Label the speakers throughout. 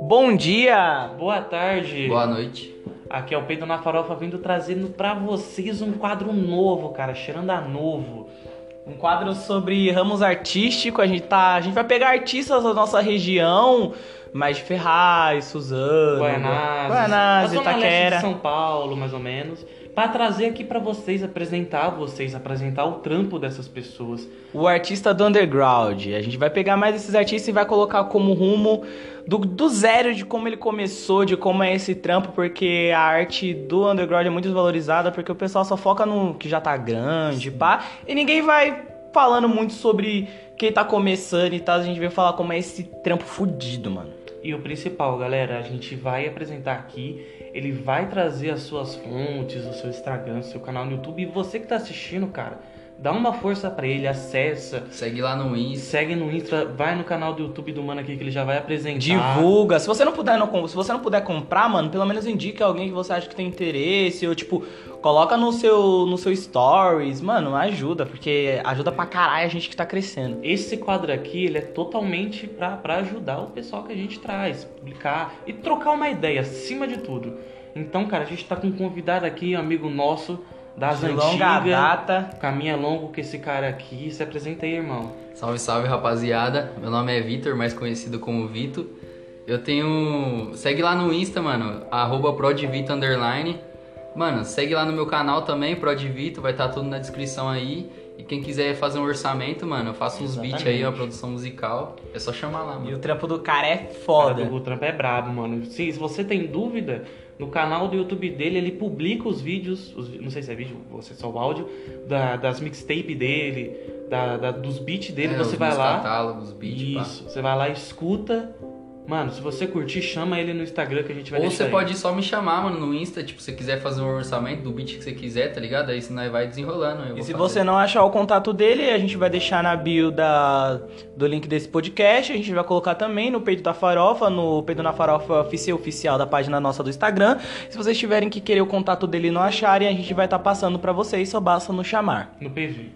Speaker 1: Bom dia, boa tarde.
Speaker 2: Boa noite.
Speaker 1: Aqui é o Pedro na Farofa vindo trazendo para vocês um quadro novo, cara, cheirando a novo. Um quadro sobre ramos artísticos. A gente tá, a gente vai pegar artistas da nossa região, mais de Ferraz, Suzano,
Speaker 2: Guaianazes,
Speaker 1: Guaianazes,
Speaker 2: Zona Leste de
Speaker 1: Itaquera.
Speaker 2: São Paulo, mais ou menos, Pra trazer aqui pra vocês, apresentar vocês, apresentar o trampo dessas pessoas.
Speaker 1: O artista do underground. A gente vai pegar mais esses artistas e vai colocar como rumo do, do zero de como ele começou, de como é esse trampo, porque a arte do underground é muito desvalorizada, porque o pessoal só foca no que já tá grande, pá, e ninguém vai falando muito sobre quem tá começando e tal. A gente vai falar como é esse trampo fudido, mano.
Speaker 2: E o principal, galera, a gente vai apresentar aqui, ele vai trazer as suas fontes, o seu Instagram, o seu canal no YouTube. E você que tá assistindo, cara, dá uma força pra ele, acessa,
Speaker 3: Segue lá no
Speaker 2: e
Speaker 3: Insta.
Speaker 2: segue no Insta, vai no canal do YouTube do mano aqui que ele já vai apresentar.
Speaker 1: Divulga. Se você não puder não, com- se você não puder comprar, mano, pelo menos indica alguém que você acha que tem interesse ou tipo coloca no seu no seu stories, mano, ajuda, porque ajuda pra caralho a gente que tá crescendo.
Speaker 2: Esse quadro aqui, ele é totalmente pra, pra ajudar o pessoal que a gente traz, publicar e trocar uma ideia, acima de tudo. Então, cara, a gente tá com um convidado aqui, um amigo nosso, das
Speaker 1: De
Speaker 2: antigas.
Speaker 1: longa data.
Speaker 2: Caminha longo com esse cara aqui. Se apresenta aí, irmão.
Speaker 3: Salve, salve, rapaziada. Meu nome é Vitor, mais conhecido como Vito. Eu tenho. Segue lá no Insta, mano. Arroba Prodvito Underline. Mano, segue lá no meu canal também, Prodvito. Vai estar tudo na descrição aí. E quem quiser fazer um orçamento, mano, eu faço uns beats aí, uma
Speaker 1: Exatamente.
Speaker 3: produção musical. É só chamar lá,
Speaker 1: E
Speaker 3: mano.
Speaker 1: o trampo do cara é
Speaker 2: O cara
Speaker 1: foda.
Speaker 2: do Tramp é brabo, mano. Se, se você tem dúvida, no canal do YouTube dele, ele publica os vídeos, os- não sei se é vídeo ou se é só o áudio, da- das mixtape dele, da- da- dos beats dele.
Speaker 3: É,
Speaker 2: você
Speaker 3: os
Speaker 2: vai
Speaker 3: meus
Speaker 2: lá.
Speaker 3: catálogos, beat, pá.
Speaker 2: Isso, você vai lá, escuta. Mano, se você curtir, chama ele no Instagram que a gente vai
Speaker 3: Ou
Speaker 2: deixar
Speaker 3: você
Speaker 2: aí.
Speaker 3: pode só me chamar, mano, no Insta, tipo, se você quiser fazer um orçamento do beat que você quiser, tá ligado? Aí você vai desenrolando. eu
Speaker 1: E
Speaker 3: vou
Speaker 1: se
Speaker 3: fazer.
Speaker 1: você não achar o contato dele, a gente vai deixar na bio da, do link desse podcast. A gente vai colocar também no Peito da Farofa, no Peito na Farofa oficial, oficial da página nossa do Instagram. Se vocês tiverem que querer o contato dele e não acharem, a gente vai estar passando pra vocês, só basta nos chamar.
Speaker 2: No PV.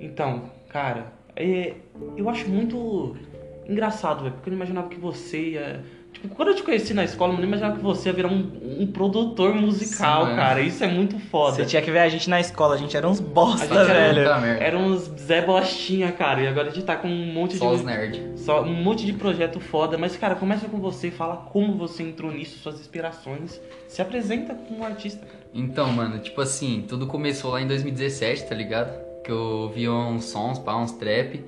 Speaker 2: Então, cara, é- eu acho muito engraçado, velho. Porque eu não imaginava que você ia. Tipo, quando eu te conheci na escola, eu não imaginava que você ia virar um, um produtor musical,
Speaker 3: Sim, mano.
Speaker 2: cara. Isso é muito foda.
Speaker 1: Você tinha que ver a gente na escola, a gente era uns bosta,
Speaker 2: A gente era um
Speaker 1: velho.
Speaker 3: Puta merda.
Speaker 2: Era uns Zé Bostinha, cara. E agora a gente tá com um monte
Speaker 3: Só
Speaker 2: de.
Speaker 3: os nerd.
Speaker 2: Só um monte de projeto foda, mas cara, começa com você, fala como você entrou nisso, suas inspirações, se apresenta como um artista. cara.
Speaker 3: Então, mano, tipo assim, tudo começou lá em 2017, tá ligado? Que eu ouvia uns sons, pá, uns trap.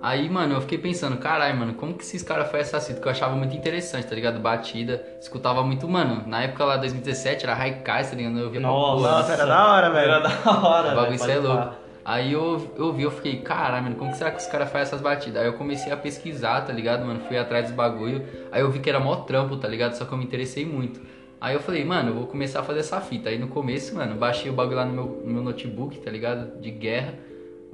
Speaker 3: Aí, mano, eu fiquei pensando, caralho, mano, como que esses caras fazem essa cita? Que eu achava muito interessante, tá ligado? Batida, escutava muito, mano. Na época lá, 2017, era Haikai, tá ligado? Eu ouvia pra porra.
Speaker 1: Nossa, era da hora, velho.
Speaker 2: Era da hora.
Speaker 3: O
Speaker 2: velho,
Speaker 3: bagulho isso
Speaker 2: pode
Speaker 3: é
Speaker 2: falar.
Speaker 3: louco. Aí eu, eu vi, eu fiquei, caralho, mano, como que será que os caras fazem essas batidas? Aí eu comecei a pesquisar, tá ligado, mano? Fui atrás dos bagulho. Aí eu vi que era mó trampo, tá ligado? Só que eu me interessei muito. Aí eu falei, mano, eu vou começar a fazer essa fita. Aí no começo, mano, baixei o bagulho lá no meu, no meu notebook, tá ligado? De guerra.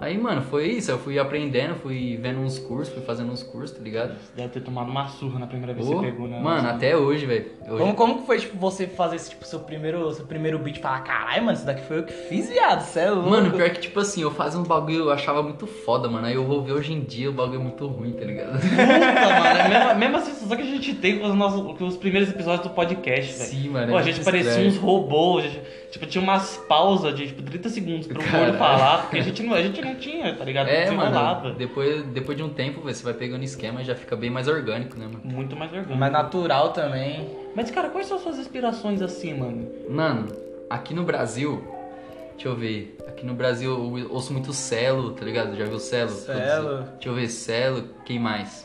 Speaker 3: Aí, mano, foi isso. Eu fui aprendendo, fui vendo uns cursos, fui fazendo uns cursos, tá ligado?
Speaker 2: Você Deve ter tomado uma surra na primeira vez que
Speaker 3: Ô,
Speaker 2: você pegou, né?
Speaker 3: mano, até hoje, velho. Hoje-
Speaker 1: Como, como que foi, tipo, você fazer esse, tipo, seu primeiro, seu primeiro beat e falar, caralho, mano, isso daqui foi eu que fiz, viado, cê é louco.
Speaker 3: Mano, pior que, tipo assim, eu fazia um bagulho, eu achava muito foda, mano. Aí eu vou ver hoje em dia, o bagulho é muito ruim, tá ligado?
Speaker 2: Puta, mano, é a mesma, mesma sensação que a gente tem com os, nossos, com os primeiros episódios do podcast, velho.
Speaker 3: Sim, mano.
Speaker 2: Pô,
Speaker 3: é
Speaker 2: a gente
Speaker 3: muito
Speaker 2: parecia um
Speaker 3: estranho.
Speaker 2: uns robôs, a gente- tipo, tinha umas pausas de tipo 30 segundos pro Moro
Speaker 3: Caralho.
Speaker 2: falar, porque a gente, não, a gente não tinha, tá ligado?
Speaker 3: É,
Speaker 2: Desenrolava.
Speaker 3: mano. Depois, depois de um tempo, velho, você vai pegando esquema e já fica bem mais orgânico, né, mano?
Speaker 2: Muito mais orgânico.
Speaker 1: Mas natural também.
Speaker 2: Mas, cara, quais são suas inspirações assim, mano?
Speaker 3: Mano, aqui no Brasil. Deixa eu ver. Aqui no Brasil eu ouço muito Celo, tá ligado? Já viu Celo?
Speaker 1: Celo.
Speaker 3: Deixa eu ver, Celo, quem mais?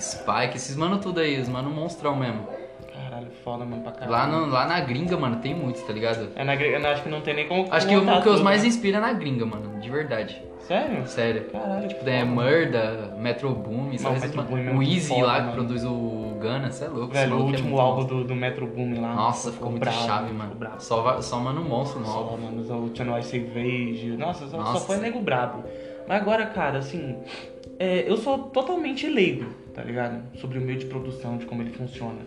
Speaker 3: Spike, esses mano tudo aí, os mano monstrão mesmo.
Speaker 2: Caralho, foda, mano, pra caralho.
Speaker 3: Lá, no- lá na gringa, mano, tem muitos, tá ligado?
Speaker 2: É na gre- eu acho que não tem nem como.
Speaker 3: Acho que o
Speaker 2: contar
Speaker 3: que os
Speaker 2: tudo,
Speaker 3: mais
Speaker 2: né?
Speaker 3: inspira é na gringa, mano, de verdade.
Speaker 2: Sério?
Speaker 3: Sério.
Speaker 2: Caralho,
Speaker 3: Tipo,
Speaker 2: que
Speaker 3: daí é
Speaker 2: foda.
Speaker 3: Murda, Metro Boom, sabe?
Speaker 2: Metro
Speaker 3: esses-
Speaker 2: Boom é
Speaker 3: o
Speaker 2: muito
Speaker 3: Easy
Speaker 2: foda,
Speaker 3: lá que
Speaker 2: mano.
Speaker 3: produz o Gana, você é louco. esse
Speaker 2: Velho, o
Speaker 3: maluco é
Speaker 2: último
Speaker 3: muito
Speaker 2: álbum
Speaker 3: monstro.
Speaker 2: do, do Metro Boom lá.
Speaker 3: Nossa, ficou muito
Speaker 2: bravo,
Speaker 3: chave,
Speaker 2: Ficou
Speaker 3: mano.
Speaker 2: bravo.
Speaker 3: Só, va- só mano monstro no
Speaker 2: Só,
Speaker 3: álbum.
Speaker 2: mano, só o Channel Ice Rage. Nossa, só, só
Speaker 3: Nossa.
Speaker 2: foi nego brabo. Mas agora, cara, assim, é, eu sou totalmente leigo, tá ligado? Sobre o meio de produção, de como ele funciona.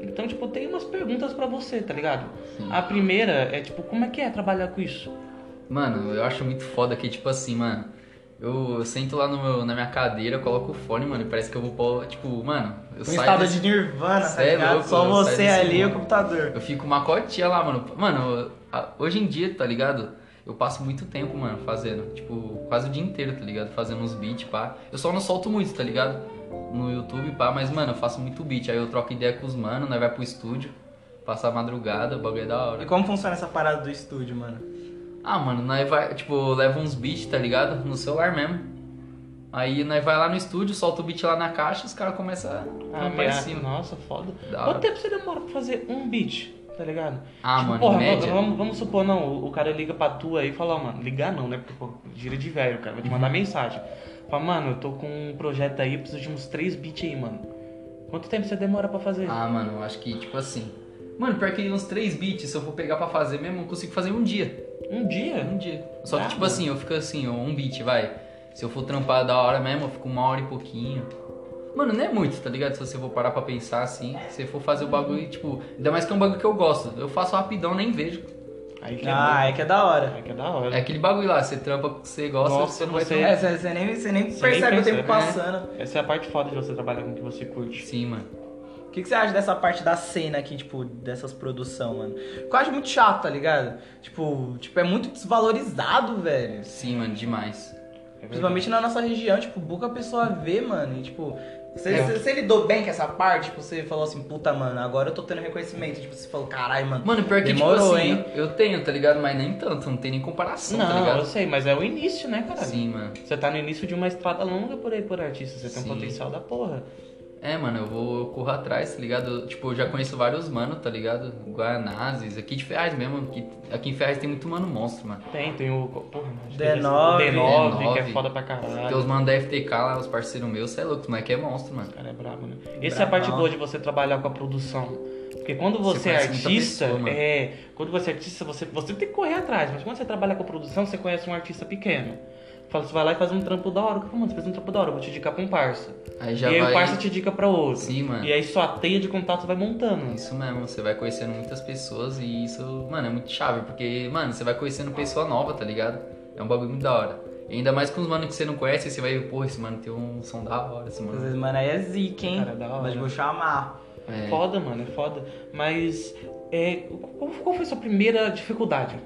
Speaker 2: Então, tipo, eu tenho umas perguntas pra você, tá ligado?
Speaker 3: Sim.
Speaker 2: A primeira é, tipo, como é que é trabalhar com isso?
Speaker 3: Mano, eu acho muito foda que, tipo assim, mano. Eu sento lá no meu- na minha cadeira, coloco o fone, mano, e parece que eu vou pra. Tipo, mano, eu
Speaker 1: Um
Speaker 3: saio.
Speaker 1: estado
Speaker 3: desse-
Speaker 1: de nirvana, tá
Speaker 3: Cê é
Speaker 1: ligado?
Speaker 3: louco,
Speaker 1: Só
Speaker 3: mano, sai
Speaker 1: você
Speaker 3: desse
Speaker 1: ali e o
Speaker 3: mundo.
Speaker 1: computador.
Speaker 3: Eu fico uma cotinha lá, mano. Mano, eu- a- hoje em dia, tá ligado? Eu passo muito tempo, mano, fazendo. Tipo, quase o dia inteiro, tá ligado? Fazendo uns beats, pá. Eu só não solto muito, tá ligado? No YouTube, pá. Mas, mano, eu faço muito beat. Aí eu troco ideia com os manos, nós vai pro estúdio. Passar a madrugada, o bagulho é da hora.
Speaker 1: E como funciona essa parada do estúdio, mano?
Speaker 3: Ah, mano, nós vai, tipo, leva uns beats, tá ligado? No celular mesmo. Aí nós vai lá no estúdio, solta o beat lá na caixa, os caras começam a
Speaker 2: Ah,
Speaker 3: ah,
Speaker 2: minha-
Speaker 3: aparecer.
Speaker 2: Nossa, foda.
Speaker 3: Da
Speaker 2: Quanto
Speaker 3: hora.
Speaker 2: tempo você demora pra fazer um beat, tá ligado?
Speaker 3: Ah,
Speaker 2: Tipo,
Speaker 3: mano,
Speaker 2: porra,
Speaker 3: em média.
Speaker 2: Vamos, vamos supor, não, o- o cara liga pra tu aí e fala, ó, mano, ligar não, né? Porque, pô, gira de velho, cara, vai te
Speaker 3: Uhum.
Speaker 2: mandar mensagem. Fala, mano, eu tô com um projeto aí, preciso de uns três beats aí, mano. Quanto tempo você demora pra fazer?
Speaker 3: Ah, mano, eu acho que, tipo assim. Mano, pior que uns três beats, se eu for pegar pra fazer mesmo, eu consigo fazer em um dia.
Speaker 2: Um dia?
Speaker 3: Um dia. Só que,
Speaker 2: Ah,
Speaker 3: tipo
Speaker 2: mano.
Speaker 3: assim, eu fico assim, ó, um beat, vai. Se eu for trampar da hora mesmo, eu fico uma hora e pouquinho. Mano, não é muito, tá ligado? Se você for parar pra pensar assim, se você for fazer o bagulho, tipo, ainda mais que é um bagulho que eu gosto. Eu faço rapidão, nem vejo.
Speaker 2: Aí que
Speaker 1: Ah,
Speaker 2: é,
Speaker 1: é que é da hora.
Speaker 2: bom. aí que é da hora.
Speaker 3: É aquele bagulho lá, você trampa com o que você gosta,
Speaker 2: Nossa,
Speaker 3: você não vai
Speaker 2: você-
Speaker 3: ter.
Speaker 1: É, você você nem, você nem
Speaker 2: Você
Speaker 1: percebe
Speaker 2: nem
Speaker 1: o tempo
Speaker 2: percebe, né?
Speaker 1: passando.
Speaker 2: Essa é a parte foda de você trabalhar com o que você curte.
Speaker 3: Sim, mano.
Speaker 1: O que, que você acha dessa parte da cena aqui, tipo, dessas produção, mano? Porque eu acho muito chato, tá ligado? Tipo, tipo é muito desvalorizado, velho.
Speaker 3: Sim, mano, demais.
Speaker 2: É
Speaker 1: Principalmente na nossa região, tipo, pouca pessoa vê, mano. E, tipo, você,
Speaker 3: É.
Speaker 1: você- você lidou bem com essa parte? Tipo, você falou assim, puta, mano, agora eu tô tendo reconhecimento. Tipo, você falou, caralho, mano.
Speaker 3: Mano, pior que
Speaker 1: Demorou,
Speaker 3: tipo assim,
Speaker 1: hein?
Speaker 3: eu eu tenho, tá ligado? Mas nem tanto, não tem nem comparação, tá
Speaker 2: Não, eu
Speaker 3: ligado?
Speaker 2: sei, mas é o início, né, cara?
Speaker 3: Sim, mano.
Speaker 2: Você tá no início de uma estrada longa por aí por artista, você tem
Speaker 3: Sim.
Speaker 2: um potencial da porra.
Speaker 3: É, mano, eu vou eu corro atrás, tá ligado? Eu, tipo, eu já conheço vários manos, tá ligado? Guanazes, aqui de Ferraz mesmo. Aqui, aqui em Ferraz tem muito mano monstro, mano.
Speaker 2: Tem, tem o. Porra, acho que é esse, o
Speaker 1: D9.
Speaker 2: D9, que é
Speaker 3: D9.
Speaker 2: foda pra caralho.
Speaker 3: Tem os manos da FTK lá, os parceiros meus, cê é louco, mas que é monstro, mano.
Speaker 2: O cara é brabo, né? Essa é a parte
Speaker 1: Brabão.
Speaker 2: boa de você trabalhar com a produção. Porque quando você, é
Speaker 3: conhece muita
Speaker 2: artista,
Speaker 3: pessoa, mano.
Speaker 2: é, quando você é artista, você, você tem que correr atrás, mas quando você trabalha com a produção, você conhece um artista pequeno. Fala, você vai lá e faz um trampo da hora. Pô, mano, você fez um trampo da hora, eu vou te indicar pra um parça.
Speaker 3: Aí já
Speaker 2: e aí
Speaker 3: vai.
Speaker 2: o parça te indica pra outro.
Speaker 3: Sim, mano.
Speaker 2: E é- aí sua teia de contato vai montando.
Speaker 3: Isso mesmo, você vai conhecendo muitas pessoas e isso, mano, é muito chave, porque, mano, você vai conhecendo pessoa nova, tá ligado? É um bagulho muito da hora. E ainda mais com os manos que você não conhece, você vai ver, porra, esse mano tem um som da hora, esse
Speaker 1: Às
Speaker 3: mano.
Speaker 1: vezes, mano, aí é zica, hein?
Speaker 2: Cara, é da hora.
Speaker 1: Mas vou chamar.
Speaker 3: É,
Speaker 2: Foda, mano, é foda. Mas é, qual, qual foi a sua primeira dificuldade?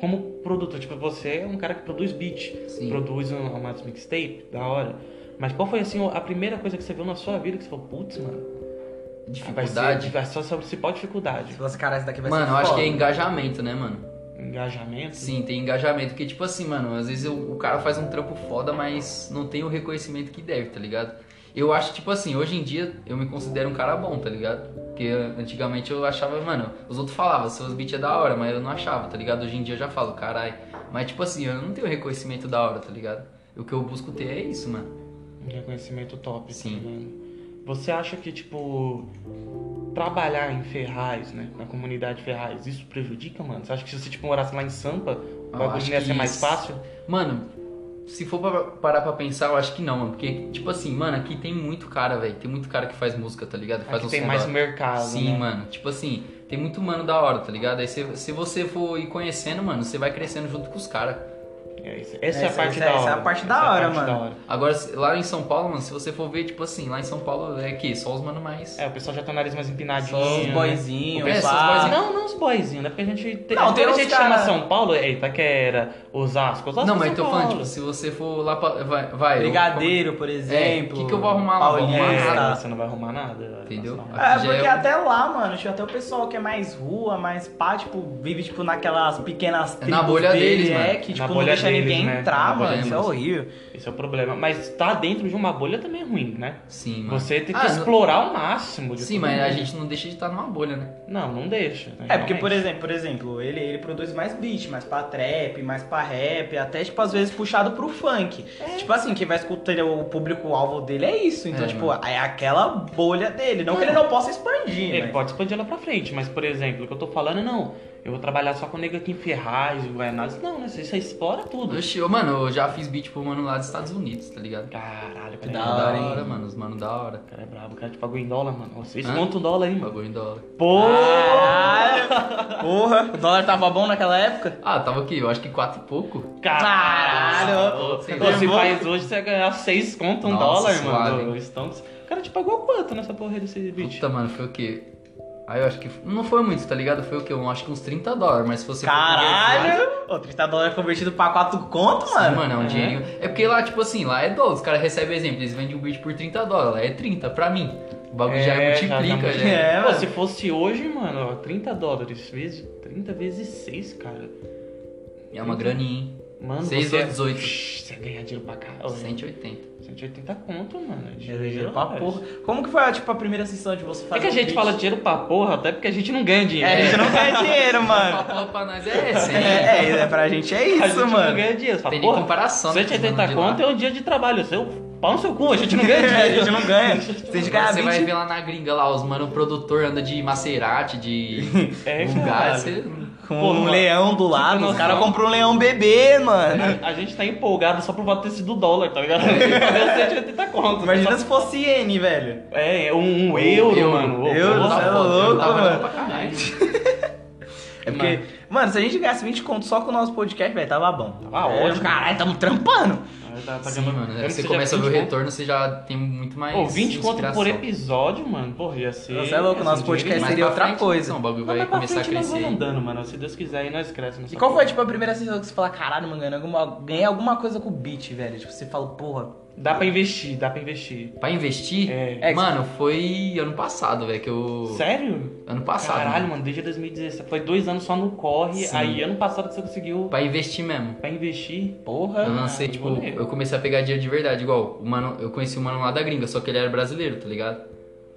Speaker 2: Como produtor, tipo, você é um cara que produz beat,
Speaker 3: É, Sim.
Speaker 2: produz um- umas mixtape, da hora. Mas qual foi assim a primeira coisa que você viu na sua vida que você falou, putz, mano, vai ser,
Speaker 3: dificuldade.
Speaker 2: vai ser a sua principal
Speaker 1: Se
Speaker 2: dificuldade?
Speaker 1: você, cara, esse daqui vai
Speaker 3: Mano,
Speaker 1: ser
Speaker 3: eu acho que
Speaker 1: foda.
Speaker 3: é engajamento, né, mano?
Speaker 2: Engajamento?
Speaker 3: Sim, tem engajamento, porque tipo assim, mano, às vezes o, o cara faz um trampo foda, mas não tem o reconhecimento que deve, tá ligado? Eu acho, tipo assim, hoje em dia eu me considero um cara bom, tá ligado? Porque antigamente eu achava, mano, os outros falavam, seus beats é da hora, mas eu não achava, tá ligado? Hoje em dia eu já falo, carai. Mas tipo assim, eu não tenho reconhecimento da hora, tá ligado? O que eu busco ter é isso, mano.
Speaker 2: Um reconhecimento top,
Speaker 3: Sim.
Speaker 2: Tá ligado? Você acha que, tipo, trabalhar em Ferraz, né, na comunidade Ferraz, isso prejudica, mano? Você acha que se você, tipo, morasse lá em Sampa, o
Speaker 3: Eu
Speaker 2: bagulho
Speaker 3: Ah, acho
Speaker 2: não ia
Speaker 3: que
Speaker 2: ser mais
Speaker 3: isso-
Speaker 2: fácil?
Speaker 3: Mano, se for pra parar pra pensar, eu acho que não, mano. Porque, tipo assim, mano, aqui tem muito cara, velho. Tem muito cara que faz música, tá ligado? Faz
Speaker 2: Aqui
Speaker 3: um
Speaker 2: tem
Speaker 3: som
Speaker 2: mais
Speaker 3: da-
Speaker 2: mercado,
Speaker 3: Sim,
Speaker 2: né?
Speaker 3: mano. Tipo assim, tem muito mano da hora, tá ligado? Aí se, se você for ir conhecendo, mano, você vai crescendo junto com os caras.
Speaker 2: É isso. Essa, é a
Speaker 1: Essa-
Speaker 2: parte
Speaker 1: essa-
Speaker 2: da
Speaker 1: essa
Speaker 2: hora.
Speaker 1: é a parte da
Speaker 2: Essa
Speaker 1: hora,
Speaker 2: parte
Speaker 1: mano.
Speaker 2: da hora.
Speaker 3: Agora, se- lá em São Paulo, mano, se você for ver, tipo assim, lá em São Paulo é que só os mano mais.
Speaker 2: É, o pessoal já tá o nariz mais
Speaker 3: Só
Speaker 2: empinadinho.
Speaker 1: Os
Speaker 2: né?
Speaker 1: boyzinhos,
Speaker 3: É, esses
Speaker 1: pá.
Speaker 3: boyzinhos-
Speaker 2: Não, não os boyzinhos, né? Porque a gente. Tem,
Speaker 1: Ah. Não, tem
Speaker 2: quando
Speaker 1: uns
Speaker 2: a gente
Speaker 1: cara-
Speaker 2: chama São Paulo, é Itaquera, Osasco. Osasco
Speaker 3: não,
Speaker 2: é
Speaker 3: mas
Speaker 2: São
Speaker 3: tô
Speaker 2: Paulo.
Speaker 3: falando, tipo, se você for lá pra. Vai. vai eu- É,
Speaker 1: Brigadeiro, por exemplo.
Speaker 3: que que eu vou arrumar lá? Vou arrumar
Speaker 2: É,
Speaker 3: Tá.
Speaker 2: você não vai arrumar nada.
Speaker 3: Entendeu?
Speaker 2: Nossa, não.
Speaker 1: É,
Speaker 3: Já
Speaker 1: porque
Speaker 3: eu-
Speaker 1: até lá, mano, tinha até o pessoal que é mais rua, mais pá, tipo, vive, tipo, naquelas pequenas tribos
Speaker 3: bolha
Speaker 1: dele,
Speaker 3: deles,
Speaker 1: é,
Speaker 3: mano.
Speaker 1: que,
Speaker 2: Na
Speaker 1: tipo, não
Speaker 2: bolha
Speaker 1: deixa
Speaker 2: deles,
Speaker 1: ninguém
Speaker 2: né?
Speaker 1: entrar,
Speaker 2: Na
Speaker 3: bolha
Speaker 1: mano, isso é
Speaker 3: deles.
Speaker 1: horrível.
Speaker 2: Esse é o problema. Mas tá dentro de uma bolha também é ruim, né?
Speaker 3: Sim, mano.
Speaker 2: Você tem que
Speaker 3: Ah, não-
Speaker 2: explorar o máximo de
Speaker 3: Sim,
Speaker 2: tudo.
Speaker 3: mas a gente não deixa de estar numa bolha, né?
Speaker 2: Não, não deixa.
Speaker 1: É, porque, por exemplo, por exemplo ele, ele produz mais beat, mais pra trap, mais pra rap, até, tipo, às vezes puxado pro funk. Tipo assim, quem vai escutar ele, o público-alvo dele é isso. Então,
Speaker 3: É,
Speaker 1: tipo,
Speaker 3: mano.
Speaker 1: é aquela bolha dele. Não que ele não possa expandir, né?
Speaker 2: Ele
Speaker 1: mas...
Speaker 2: pode expandir lá pra frente, mas por exemplo, o que eu tô falando não. eu vou trabalhar só com nega aqui em Ferraz, em Guaianazes. Não, né? Você, você explora tudo.
Speaker 3: Oxi, eu, mano, eu já fiz beat pro mano lá dos Estados Unidos, tá ligado?
Speaker 2: Caralho,
Speaker 3: Que
Speaker 2: cara, é
Speaker 3: da hora, hein? mano. Os mano da hora.
Speaker 2: O cara é brabo, o cara te pagou em dólar, mano. Nossa, Vocês
Speaker 3: Hã? Ah,
Speaker 2: contam dólar, hein, mano?
Speaker 3: Bagulho em dólar.
Speaker 2: Pô!
Speaker 1: Porra, o dólar tava bom naquela época?
Speaker 3: Ah, tava aqui, eu acho que quatro e pouco.
Speaker 1: Caralho!
Speaker 3: Sei
Speaker 2: Pô,
Speaker 3: lá.
Speaker 2: se faz hoje, você ia ganhar 6 conto, um
Speaker 3: Nossa,
Speaker 2: dólar,
Speaker 3: suave,
Speaker 2: mano. do Stonks. O cara te pagou quanto nessa porra desse beat?
Speaker 3: Puta, mano, foi o quê? Aí eu acho que. Não foi muito, tá ligado? Foi o quê? Eu acho que uns 30 dólares, mas se você. for converter-
Speaker 1: Caralho! Ô, 30 dólares convertido pra 4 conto,
Speaker 3: Sim,
Speaker 1: mano?
Speaker 3: mano, é um dinheirinho. É porque lá, tipo assim, lá é 12. Os caras recebem exemplo, eles vendem um beat por 30 dólares, lá é 30 pra mim. O bagulho Então, já
Speaker 2: É, já- já
Speaker 3: multiplica, né? já.
Speaker 2: multiplica.
Speaker 1: É,
Speaker 2: Pô,
Speaker 1: mano.
Speaker 2: se fosse hoje, mano, ó, 30 dólares vezes 30 vezes 6, cara.
Speaker 3: É uma graninha, hein?
Speaker 2: Mano,
Speaker 3: Seis
Speaker 2: você...
Speaker 3: ou 18.
Speaker 2: Shhh, Você ganha dinheiro pra caralho.
Speaker 3: 180.
Speaker 2: 180 conto, mano.
Speaker 1: É, Dinheiro pra porra. Como que foi, tipo, a primeira sessão de você fazer
Speaker 2: É que a
Speaker 1: um
Speaker 2: gente
Speaker 1: beat?
Speaker 2: fala dinheiro pra porra, até porque a gente não ganha
Speaker 1: É,
Speaker 2: dinheiro.
Speaker 1: a gente não ganha dinheiro,
Speaker 3: O
Speaker 1: mano.
Speaker 3: papo pra nós é esse, hein?
Speaker 1: É, é, pra gente é
Speaker 2: a
Speaker 1: isso,
Speaker 2: gente não
Speaker 1: mano.
Speaker 2: ganha dinheiro. Fala,
Speaker 3: Tem nem
Speaker 2: porra,
Speaker 3: comparação. né, com os
Speaker 2: 180
Speaker 3: manos de lá.
Speaker 2: conto é um dia de trabalho seu. Pau no seu cu, a gente não ganha
Speaker 1: A
Speaker 2: dinheiro.
Speaker 1: gente não ganha. Se a gente ganhar
Speaker 3: Você vai
Speaker 1: 20,
Speaker 3: ver lá na gringa lá, os mano produtor anda de Maserati, de
Speaker 2: É,
Speaker 3: lugar,
Speaker 2: caralho.
Speaker 3: você...
Speaker 1: com
Speaker 2: Pô,
Speaker 1: um
Speaker 2: mano.
Speaker 1: leão do lado,
Speaker 2: noção.
Speaker 1: os caras compram um leão bebê, mano.
Speaker 2: A- A gente tá empolgado só por fato ter sido dólar, tá ligado? Pra ver 180 conto.
Speaker 1: Imagina se fosse iene, velho.
Speaker 2: tá É, um, um euro,
Speaker 3: Euro.
Speaker 2: mano.
Speaker 1: Euro,
Speaker 2: Ô,
Speaker 1: cê é
Speaker 3: foda,
Speaker 1: louco,
Speaker 3: tava
Speaker 1: mano.
Speaker 3: pra caralho.
Speaker 1: É porque, mano. se a gente ganhasse 20 conto só com o nosso podcast, velho, tava bom.
Speaker 2: Tava
Speaker 1: É,
Speaker 2: ótimo.
Speaker 1: Caralho, tamo trampando.
Speaker 2: Aí tá- tá
Speaker 3: Sim,
Speaker 2: ganhando-
Speaker 3: mano,
Speaker 2: mesmo que
Speaker 3: você
Speaker 2: seja
Speaker 3: começa a ver o
Speaker 2: 20 conto-
Speaker 3: retorno, você já tem muito mais
Speaker 2: Ô, 20 conto por
Speaker 3: inspiração.
Speaker 2: episódio, mano. Porra, ia ser.
Speaker 1: Você é louco,
Speaker 2: ia ser
Speaker 1: nosso
Speaker 2: um
Speaker 1: podcast
Speaker 2: dinheiro
Speaker 3: Mais
Speaker 1: seria
Speaker 3: pra
Speaker 1: outra
Speaker 3: frente,
Speaker 1: coisa.
Speaker 3: Não, o
Speaker 2: Mas
Speaker 3: bagulho vai
Speaker 2: mais pra
Speaker 3: começar a
Speaker 2: frente nós
Speaker 3: crescer.
Speaker 2: vamos
Speaker 3: aí.
Speaker 2: andando, mano. Se Deus quiser, aí nós crescemos.
Speaker 1: E qual foi, tipo, a primeira sensação que você fala, caralho, mano, ganhei alguma, ganhei alguma coisa com o beat, velho? Tipo, você fala, porra.
Speaker 2: Dá pra investir, dá pra investir.
Speaker 3: Pra investir,
Speaker 2: É.
Speaker 3: mano, foi ano passado, velho, que eu...
Speaker 2: Sério?
Speaker 3: Ano passado.
Speaker 2: Caralho,
Speaker 3: mano.
Speaker 2: mano, desde 2017. Foi dois anos só no corre.
Speaker 3: Sim.
Speaker 2: Aí ano passado você conseguiu
Speaker 3: Pra investir mesmo.
Speaker 2: pra investir. é
Speaker 1: Porra.
Speaker 3: Eu lancei, tipo, eu comecei a pegar dinheiro de verdade, igual, o mano, eu conheci o mano lá da gringa, só que ele era brasileiro, tá ligado?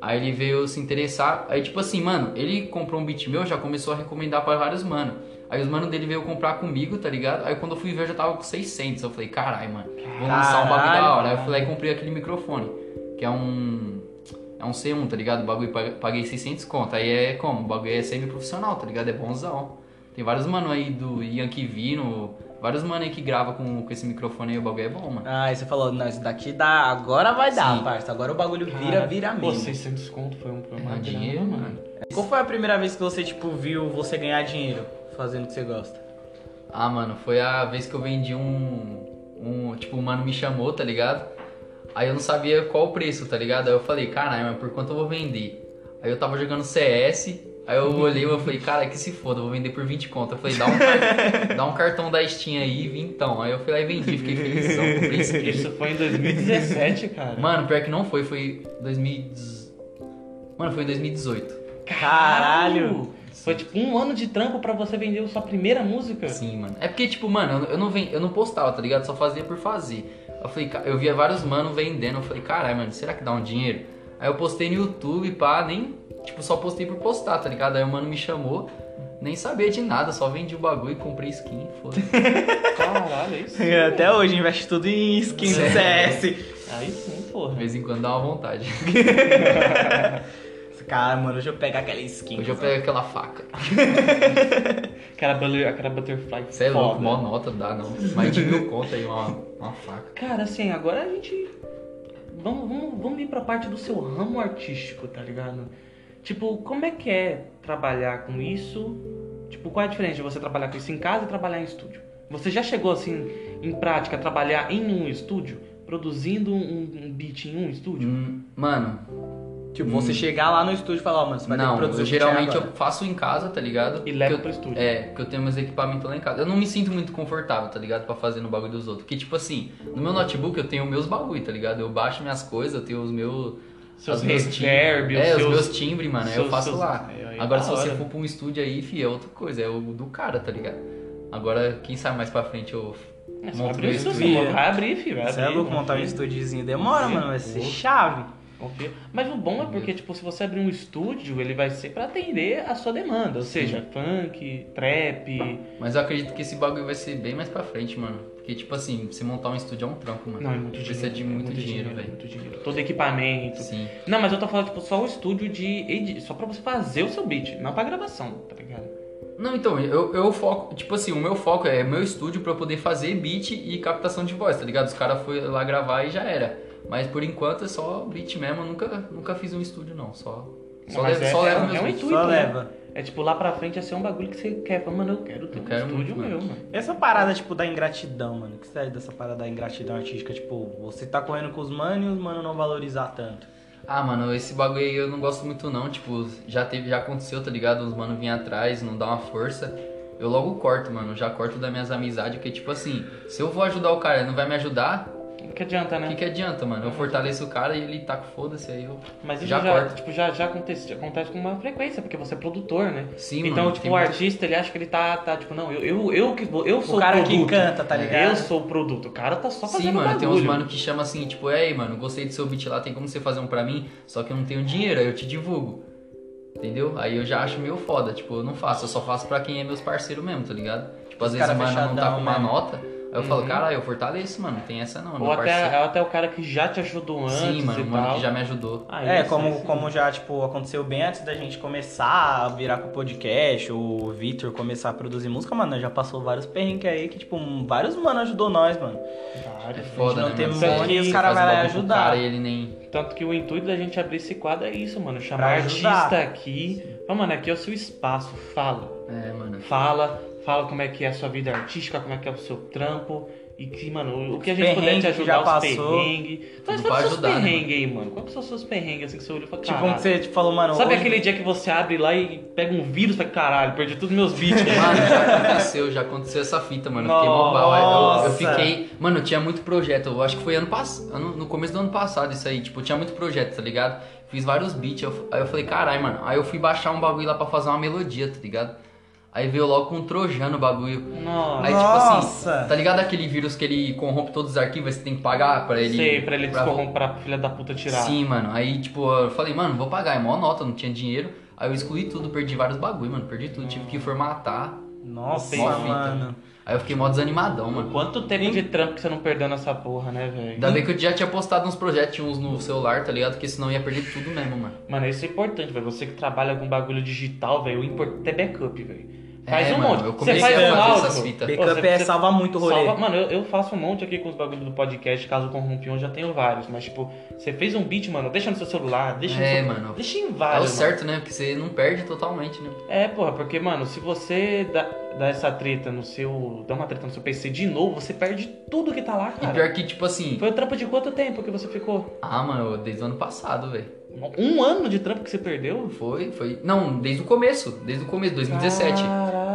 Speaker 3: Aí ele veio se interessar, aí tipo assim, mano, ele comprou um beat meu, já começou a recomendar pra vários mano. Aí os mano dele veio comprar comigo, tá ligado? Aí quando eu fui ver, eu já tava com 600, eu falei, carai, mano, vou lançar um bagulho da hora. Aí eu fui lá e comprei aquele microfone, que é um... É um C1, tá ligado? O bagulho pag- paguei 600 conto. Aí é como? O bagulho é semi-profissional, tá ligado? É bonzão. Tem vários mano aí do Yankee Vino, vários mano aí que grava com, com esse microfone aí, o bagulho é bom, mano.
Speaker 1: Ah, aí você falou, não, isso daqui dá. Agora vai dar,
Speaker 3: Sim.
Speaker 1: parça. Agora o bagulho vira,
Speaker 2: Caralho.
Speaker 1: vira
Speaker 2: Pô,
Speaker 1: mesmo.
Speaker 2: 600 conto foi um
Speaker 3: É
Speaker 2: problema.
Speaker 3: um dinheiro, mano.
Speaker 1: Qual foi a primeira vez que você, tipo, viu você ganhar dinheiro fazendo o que você gosta?
Speaker 3: Ah, mano, foi a vez que eu vendi um. um tipo, o mano me chamou, tá ligado? Aí eu não sabia qual o preço, tá ligado? Aí eu falei, caralho, mas por quanto eu vou vender? Aí eu tava jogando CS, aí eu olhei e eu falei, cara, que se foda, eu vou vender por 20 conto. Eu falei, dá um, car- dá um cartão da Steam aí, vintão. Aí eu fui lá e vendi, fiquei felizão, comprei skin.
Speaker 2: Isso foi em 2017, cara.
Speaker 3: Mano, pior que não foi, foi 2018. Mano, foi em 2018.
Speaker 1: Caralho!
Speaker 2: Foi tipo um ano de trampo pra você vender sua primeira música.
Speaker 3: Sim, mano. É porque, tipo, mano, eu- eu não, ven... eu não postava, tá ligado? Só fazia por fazer. Eu falei, ca- eu via vários mano vendendo. Eu falei, caralho, mano, será que dá um dinheiro? Aí eu postei no YouTube, pá, nem. Tipo, só postei por postar, tá ligado? Aí o mano me chamou, nem sabia de nada, só vendi o bagulho, comprei skin, foda
Speaker 2: Caralho, é isso.
Speaker 1: Até hoje investe tudo em skin do CS.
Speaker 2: Aí sim,
Speaker 3: De
Speaker 2: porra.
Speaker 3: vez em quando dá uma vontade.
Speaker 1: Cara, mano, hoje eu pego aquela skin.
Speaker 3: Hoje eu pego aquela faca.
Speaker 2: Aquela, butter- aquela butterfly.
Speaker 3: Você é
Speaker 2: foda.
Speaker 3: louco, mó nota dá, não. Mais de mil conta aí, uma, uma faca.
Speaker 2: Cara, assim, agora a gente. Vamos, vamos, vamos ir pra parte do seu ramo artístico, tá ligado? Tipo, como é que é trabalhar com isso? Tipo, qual é a diferença de você trabalhar com isso em casa e trabalhar em estúdio? Você já chegou, assim, em prática, a trabalhar em um estúdio? Produzindo um, um beat em um estúdio?
Speaker 3: Hum, Mano,
Speaker 1: Tipo, você chegar lá no estúdio e falar, ó, mano, você vai ter que
Speaker 3: Hum. não,
Speaker 1: produzir.
Speaker 3: eu
Speaker 1: o que
Speaker 3: geralmente
Speaker 1: tiver
Speaker 3: eu
Speaker 1: agora.
Speaker 3: faço em casa, tá ligado?
Speaker 2: E leva
Speaker 3: Que eu-
Speaker 2: pro estúdio.
Speaker 3: É, porque eu tenho meus equipamentos lá em casa. Eu não me sinto muito confortável, tá ligado? Pra fazer no bagulho dos outros. Porque, tipo assim, no meu notebook eu tenho meus bagulho, tá ligado? Eu baixo minhas coisas, eu tenho os meus.
Speaker 2: Seus
Speaker 3: as meus
Speaker 2: reverb,
Speaker 3: tim- É,
Speaker 2: seus-
Speaker 3: os meus timbres, mano. aí eu
Speaker 2: seus-
Speaker 3: faço
Speaker 2: seus-
Speaker 3: lá.
Speaker 2: É, aí
Speaker 3: Agora,
Speaker 2: da
Speaker 3: se você
Speaker 2: hora.
Speaker 3: for pra um estúdio aí, fi, é outra coisa. É o do cara, tá ligado? Agora, quem sabe mais pra frente eu.
Speaker 2: É, só
Speaker 3: monto
Speaker 2: abrir o
Speaker 3: meu
Speaker 2: estúdio,
Speaker 1: estúdio.
Speaker 2: mano. Vai abrir, filho. Vai
Speaker 1: Você é
Speaker 2: abrir,
Speaker 1: louco montar um
Speaker 2: confia.
Speaker 1: estúdiozinho. Demora,
Speaker 2: Sim.
Speaker 1: mano, vai ser
Speaker 2: Porra.
Speaker 1: chave.
Speaker 2: Confia. Mas o bom é porque, tipo, se você abrir um estúdio, ele vai ser pra atender a sua demanda. Ou seja, funk, trap.
Speaker 3: Mas eu acredito que esse bagulho vai ser bem mais pra frente, mano. Porque, tipo assim, você montar um estúdio é um trampo, mano.
Speaker 2: Não, é muito dinheiro.
Speaker 3: Precisa de
Speaker 2: é
Speaker 3: muito dinheiro,
Speaker 2: é
Speaker 3: velho.
Speaker 2: Muito dinheiro. Todo equipamento.
Speaker 3: Sim.
Speaker 2: Não, mas eu tô falando, tipo, só o estúdio de. edi- Só pra você fazer o seu beat, não pra gravação, tá ligado?
Speaker 3: Não, então, eu, eu foco, tipo assim, o meu foco é meu estúdio pra eu poder fazer beat e captação de voz, tá ligado? Os caras foram lá gravar e já era. Mas por enquanto é só beat mesmo, eu nunca, nunca fiz um estúdio não, só, só,
Speaker 2: Mas
Speaker 3: levo,
Speaker 2: é-
Speaker 3: só
Speaker 2: é- é
Speaker 3: levo meus
Speaker 2: um
Speaker 3: beats.
Speaker 2: intuito,
Speaker 1: Só
Speaker 2: né?
Speaker 1: leva.
Speaker 2: É tipo, lá pra frente ia ser um bagulho que você quer. Fala, mano, eu quero ter
Speaker 3: Eu
Speaker 2: um
Speaker 3: quero
Speaker 2: estúdio
Speaker 3: muito, mano.
Speaker 2: meu, mano.
Speaker 1: Essa parada, tipo, da ingratidão, mano. O que você acha dessa parada da ingratidão artística? Tipo, você tá correndo com os manos e os manos não valorizar tanto.
Speaker 3: Ah, mano, esse bagulho aí eu não gosto muito não, tipo, já teve, já aconteceu, tá ligado? Os mano vêm atrás, não dá uma força. Eu logo corto, mano, já corto das minhas amizades, porque tipo assim, se eu vou ajudar o cara e não vai me ajudar,
Speaker 2: Que adianta,
Speaker 3: o
Speaker 2: né?
Speaker 3: que, que adianta, mano? Eu fortaleço o cara e ele tá com foda-se aí, eu
Speaker 2: Mas isso
Speaker 3: já
Speaker 2: já,
Speaker 3: corto.
Speaker 2: tipo, já, já acontece, acontece com uma frequência, porque você é produtor, né?
Speaker 3: Sim,
Speaker 2: então,
Speaker 3: mano,
Speaker 2: tipo,
Speaker 3: tem
Speaker 2: o
Speaker 3: muita-
Speaker 2: artista, ele acha que ele tá, tá tipo, não, eu, eu, eu que vou, eu sou
Speaker 1: o cara
Speaker 2: produto.
Speaker 1: que canta, tá ligado?
Speaker 2: Eu sou o produto. O cara tá só fazendo
Speaker 3: É. Sim, mano, tem
Speaker 2: bagulho.
Speaker 3: uns mano que chama assim, tipo, ei, mano, gostei do seu beat lá, tem como você fazer um pra mim? Só que eu não tenho dinheiro, aí eu te divulgo. Entendeu? Aí eu já acho meio foda, tipo, eu não faço, eu só faço pra quem é meus parceiros mesmo, tá ligado? Tipo, às
Speaker 1: Os
Speaker 3: vezes
Speaker 1: cara
Speaker 3: o mano não tá
Speaker 1: fechadão,
Speaker 3: com uma
Speaker 1: né?
Speaker 3: nota, aí eu falo,
Speaker 2: Uhum.
Speaker 3: caralho, eu fortaleço, mano, não tem essa não, é meu
Speaker 2: Ou até,
Speaker 3: parceiro.
Speaker 2: ou até o cara que já te ajudou antes
Speaker 3: Sim, mano,
Speaker 2: e
Speaker 3: o mano
Speaker 2: tal.
Speaker 3: que já me ajudou.
Speaker 2: Ah,
Speaker 1: É,
Speaker 2: isso,
Speaker 1: como,
Speaker 2: isso.
Speaker 1: como já, tipo, aconteceu bem antes da gente começar a virar com o podcast, o Vitor começar a produzir música, mano, já passou vários perrengues aí que, tipo, vários mano ajudou nós, mano.
Speaker 2: Vários.
Speaker 3: É foda,
Speaker 1: não
Speaker 3: né,
Speaker 1: tem
Speaker 3: mano?
Speaker 2: money
Speaker 3: Você
Speaker 2: e os
Speaker 3: faz
Speaker 1: cara
Speaker 3: um
Speaker 1: vai lá
Speaker 3: bagulho pro
Speaker 1: ajudar. Tipo,
Speaker 3: Cara, e ele nem...
Speaker 2: Tanto que o intuito da gente abrir esse quadro é isso, mano.
Speaker 1: Pra
Speaker 2: Chamar
Speaker 1: ajudar.
Speaker 2: artista aqui. Ó, mano, aqui é o seu espaço. Fala.
Speaker 3: É, mano.
Speaker 2: Fala. Fala como é que é a sua vida artística, como é que é o seu trampo. E que, mano, o que a gente
Speaker 1: Perrengue
Speaker 2: puder te
Speaker 1: que
Speaker 2: ajudar,
Speaker 1: já
Speaker 2: os
Speaker 1: passou.
Speaker 2: perrengues. Mas
Speaker 3: Tudo
Speaker 2: quais
Speaker 3: pra
Speaker 2: são os
Speaker 3: ajudar, né,
Speaker 2: perrengues aí, mano? Quais são os seus perrengues, assim, que você olhou e falou,
Speaker 1: Tipo,
Speaker 2: caralho.
Speaker 1: quando você tipo, falou, mano.
Speaker 2: Sabe
Speaker 1: hoje-
Speaker 2: aquele dia que você abre lá e pega um vírus e fala, caralho, perdi todos meus vídeos.
Speaker 3: Mano, já aconteceu, já aconteceu essa fita, mano. Eu fiquei mó mal. Eu- Eu,
Speaker 1: Nossa.
Speaker 3: fiquei. Mano, tinha muito projeto. Eu acho que foi ano passado. No começo do ano passado, isso aí. Tipo, tinha muito projeto, tá ligado? Fiz vários beats. eu- aí eu falei, caralho, mano. Aí eu fui baixar um bagulho lá pra fazer uma melodia, tá ligado? Aí veio logo com um trojano o bagulho.
Speaker 2: Nossa.
Speaker 1: tá
Speaker 3: Aí, tipo assim,
Speaker 1: Nossa.
Speaker 3: Tá ligado aquele vírus que ele corrompe todos os arquivos, aí você tem que pagar pra ele.
Speaker 2: Sei, pra ele
Speaker 3: pra
Speaker 2: descorrom pra filha da puta tirar.
Speaker 3: Sim, mano. Aí, tipo, eu falei, mano, vou pagar. É mó nota, não tinha dinheiro. Aí eu excluí tudo, perdi vários bagulho, mano. Perdi tudo, tive que formatar.
Speaker 1: Nossa,
Speaker 2: Mó
Speaker 3: fita.
Speaker 1: mano.
Speaker 3: Aí eu fiquei mó desanimadão, mano.
Speaker 2: Quanto tempo de trampo que você não perdeu nessa porra, né, velho?
Speaker 3: Ainda
Speaker 1: Hum?
Speaker 3: bem que eu já tinha postado uns projetos uns no celular, tá ligado? Porque senão eu ia perder tudo mesmo, mano.
Speaker 2: Mano, isso é importante, velho. Você que trabalha com bagulho digital, velho, o importante é backup, velho.
Speaker 3: É,
Speaker 2: Faz um
Speaker 3: mano,
Speaker 2: monte.
Speaker 3: eu
Speaker 2: Você
Speaker 3: comecei
Speaker 2: faz
Speaker 3: a
Speaker 2: um
Speaker 3: fazer
Speaker 2: áudio.
Speaker 3: essas fitas.
Speaker 2: Pô,
Speaker 1: Backup
Speaker 2: você-
Speaker 1: é
Speaker 2: você-
Speaker 1: salva muito o rolê.
Speaker 2: Salva- Mano, eu, eu faço um monte aqui com os bagulhos do podcast, caso corrompi um, já tenho vários. Mas, tipo, você fez um beat, mano, deixa no seu celular, deixa no
Speaker 3: É,
Speaker 2: seu...
Speaker 3: mano.
Speaker 2: Deixa em
Speaker 3: É o
Speaker 2: vários, mano.
Speaker 3: certo, né? Porque você não perde totalmente, né?
Speaker 2: É, porra, porque, mano, se você dá, dá essa treta no seu... Dá uma treta no seu PC de novo, você perde tudo que tá lá,
Speaker 3: E
Speaker 2: cara.
Speaker 3: pior que, tipo assim.
Speaker 2: Foi o trampo de quanto tempo que você ficou?
Speaker 3: Ah, mano, desde o ano passado, velho.
Speaker 2: Um ano de trampo que você perdeu?
Speaker 3: Foi, foi. Não, desde o começo. Desde o começo, 2017.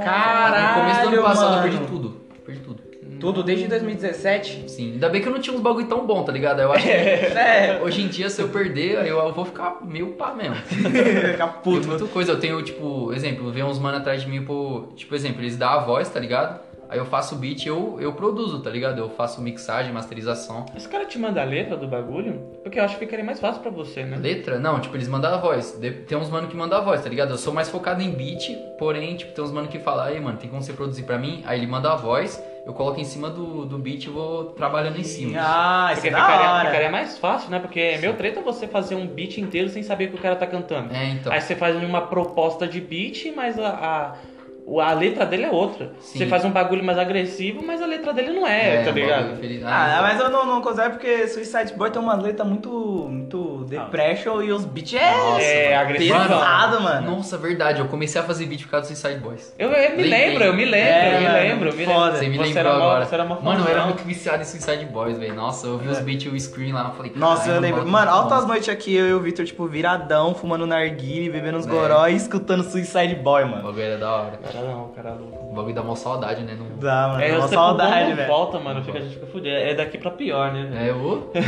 Speaker 1: Caralho,
Speaker 3: no começo do ano passado
Speaker 1: mano.
Speaker 3: eu perdi tudo. Perdi tudo.
Speaker 1: Tudo desde 2017.
Speaker 3: Sim. Ainda bem que eu não tinha uns bagulho tão bom, tá ligado? Eu acho que
Speaker 1: É,
Speaker 3: hoje em dia, se eu perder, aí eu, eu vou ficar meio pá mesmo.
Speaker 1: fica
Speaker 3: Tem
Speaker 1: puto.
Speaker 3: muita coisa, eu tenho, tipo, exemplo, vem uns mano atrás de mim, pô, tipo, exemplo, eles dão a voz, tá ligado? Aí eu faço o beat e eu, eu produzo, tá ligado? Eu faço mixagem, masterização.
Speaker 2: Esse cara te manda a letra do bagulho? Porque eu acho que ficaria mais fácil pra você, né?
Speaker 3: Letra? Não, tipo, eles mandam a voz. De- Tem uns mano que mandam a voz, tá ligado? Eu sou mais focado em beat, porém, tipo, tem uns mano que fala, aí, mano, tem como você produzir pra mim? Aí ele manda a voz, eu coloco em cima do, do beat e vou trabalhando em cima.
Speaker 1: Ah, isso
Speaker 2: Porque
Speaker 1: é da
Speaker 2: ficaria,
Speaker 1: hora.
Speaker 2: ficaria mais fácil, né? Porque é meu treta você fazer um beat inteiro sem saber o que o cara tá cantando.
Speaker 3: É, então.
Speaker 2: Aí você faz uma proposta de beat, mas a, a, o- a letra dele é outra.
Speaker 3: Sim.
Speaker 2: Você faz um bagulho mais agressivo, mas a letra dele não é, tá
Speaker 3: um
Speaker 2: ligado?
Speaker 3: bagulho feliz.
Speaker 1: Ah,
Speaker 3: então.
Speaker 1: mas eu não, não consigo porque Suicide Boy tem uma letra muito, muito depression e os beats Ah. é
Speaker 3: Nossa,
Speaker 2: É,
Speaker 3: mano.
Speaker 2: agressivo.
Speaker 1: pesado, mano.
Speaker 3: Nossa, verdade, eu comecei a fazer beat por causa do Suicide Boys.
Speaker 2: Eu, eu me
Speaker 3: Lembrei.
Speaker 2: lembro, eu me lembro,
Speaker 1: É,
Speaker 2: eu me
Speaker 1: mano,
Speaker 2: lembro, eu me
Speaker 1: foda.
Speaker 2: lembro.
Speaker 3: Você me
Speaker 2: Você
Speaker 3: lembrou
Speaker 2: era mó-
Speaker 3: agora.
Speaker 2: você era mó
Speaker 3: Mano, eu era
Speaker 2: fãzão. É.
Speaker 3: muito viciado em Suicide Boys, velho. Nossa, eu vi os beats e o screen lá, eu falei,
Speaker 1: Nossa,
Speaker 3: "Caralho,
Speaker 1: eu lembro.
Speaker 3: bagulho
Speaker 1: Mano,
Speaker 3: bom."
Speaker 1: altas noites aqui, eu e o Victor, tipo, viradão, fumando narguile, bebendo uns
Speaker 3: É.
Speaker 1: goró e escutando Suicide Boy,
Speaker 3: O
Speaker 1: mano.
Speaker 3: bagulho era da hora.
Speaker 2: Cara, não, cara é louco.
Speaker 3: O bagulho dá mó saudade, né? Não...
Speaker 1: Dá, mano.
Speaker 2: É,
Speaker 1: uma
Speaker 2: você
Speaker 1: saudade,
Speaker 2: não
Speaker 1: velho.
Speaker 2: volta, mano. Fica, a gente fica fudido. É daqui pra pior, né, velho?
Speaker 3: É,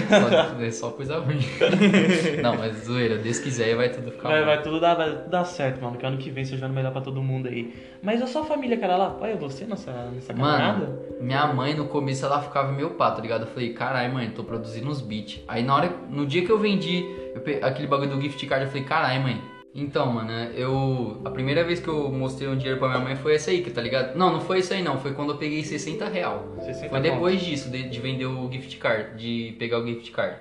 Speaker 3: ô, só, é só coisa ruim. não, mas zoeira, Deus quiser, vai tudo ficar
Speaker 2: Vai,
Speaker 3: bom.
Speaker 2: vai tudo dar, vai tudo dar certo, mano. Que ano que vem seja o ano melhor pra todo mundo aí. Mas a sua família, cara, lá apoia você nessa, nessa caminhada?
Speaker 3: Mano, minha mãe no começo ela ficava meio pá, tá ligado? Eu falei, carai, mãe, tô produzindo uns beats. Aí na hora, no dia que eu vendi eu pe- aquele bagulho do gift card, eu falei, carai, mãe. Então, mano, eu. A primeira vez que eu mostrei um dinheiro pra minha mãe foi essa aí, que tá ligado? Não, não foi isso aí não, foi quando eu peguei 60 real.
Speaker 2: 60
Speaker 3: Foi
Speaker 2: conto.
Speaker 3: depois disso, de, de vender o gift card, de pegar o gift card.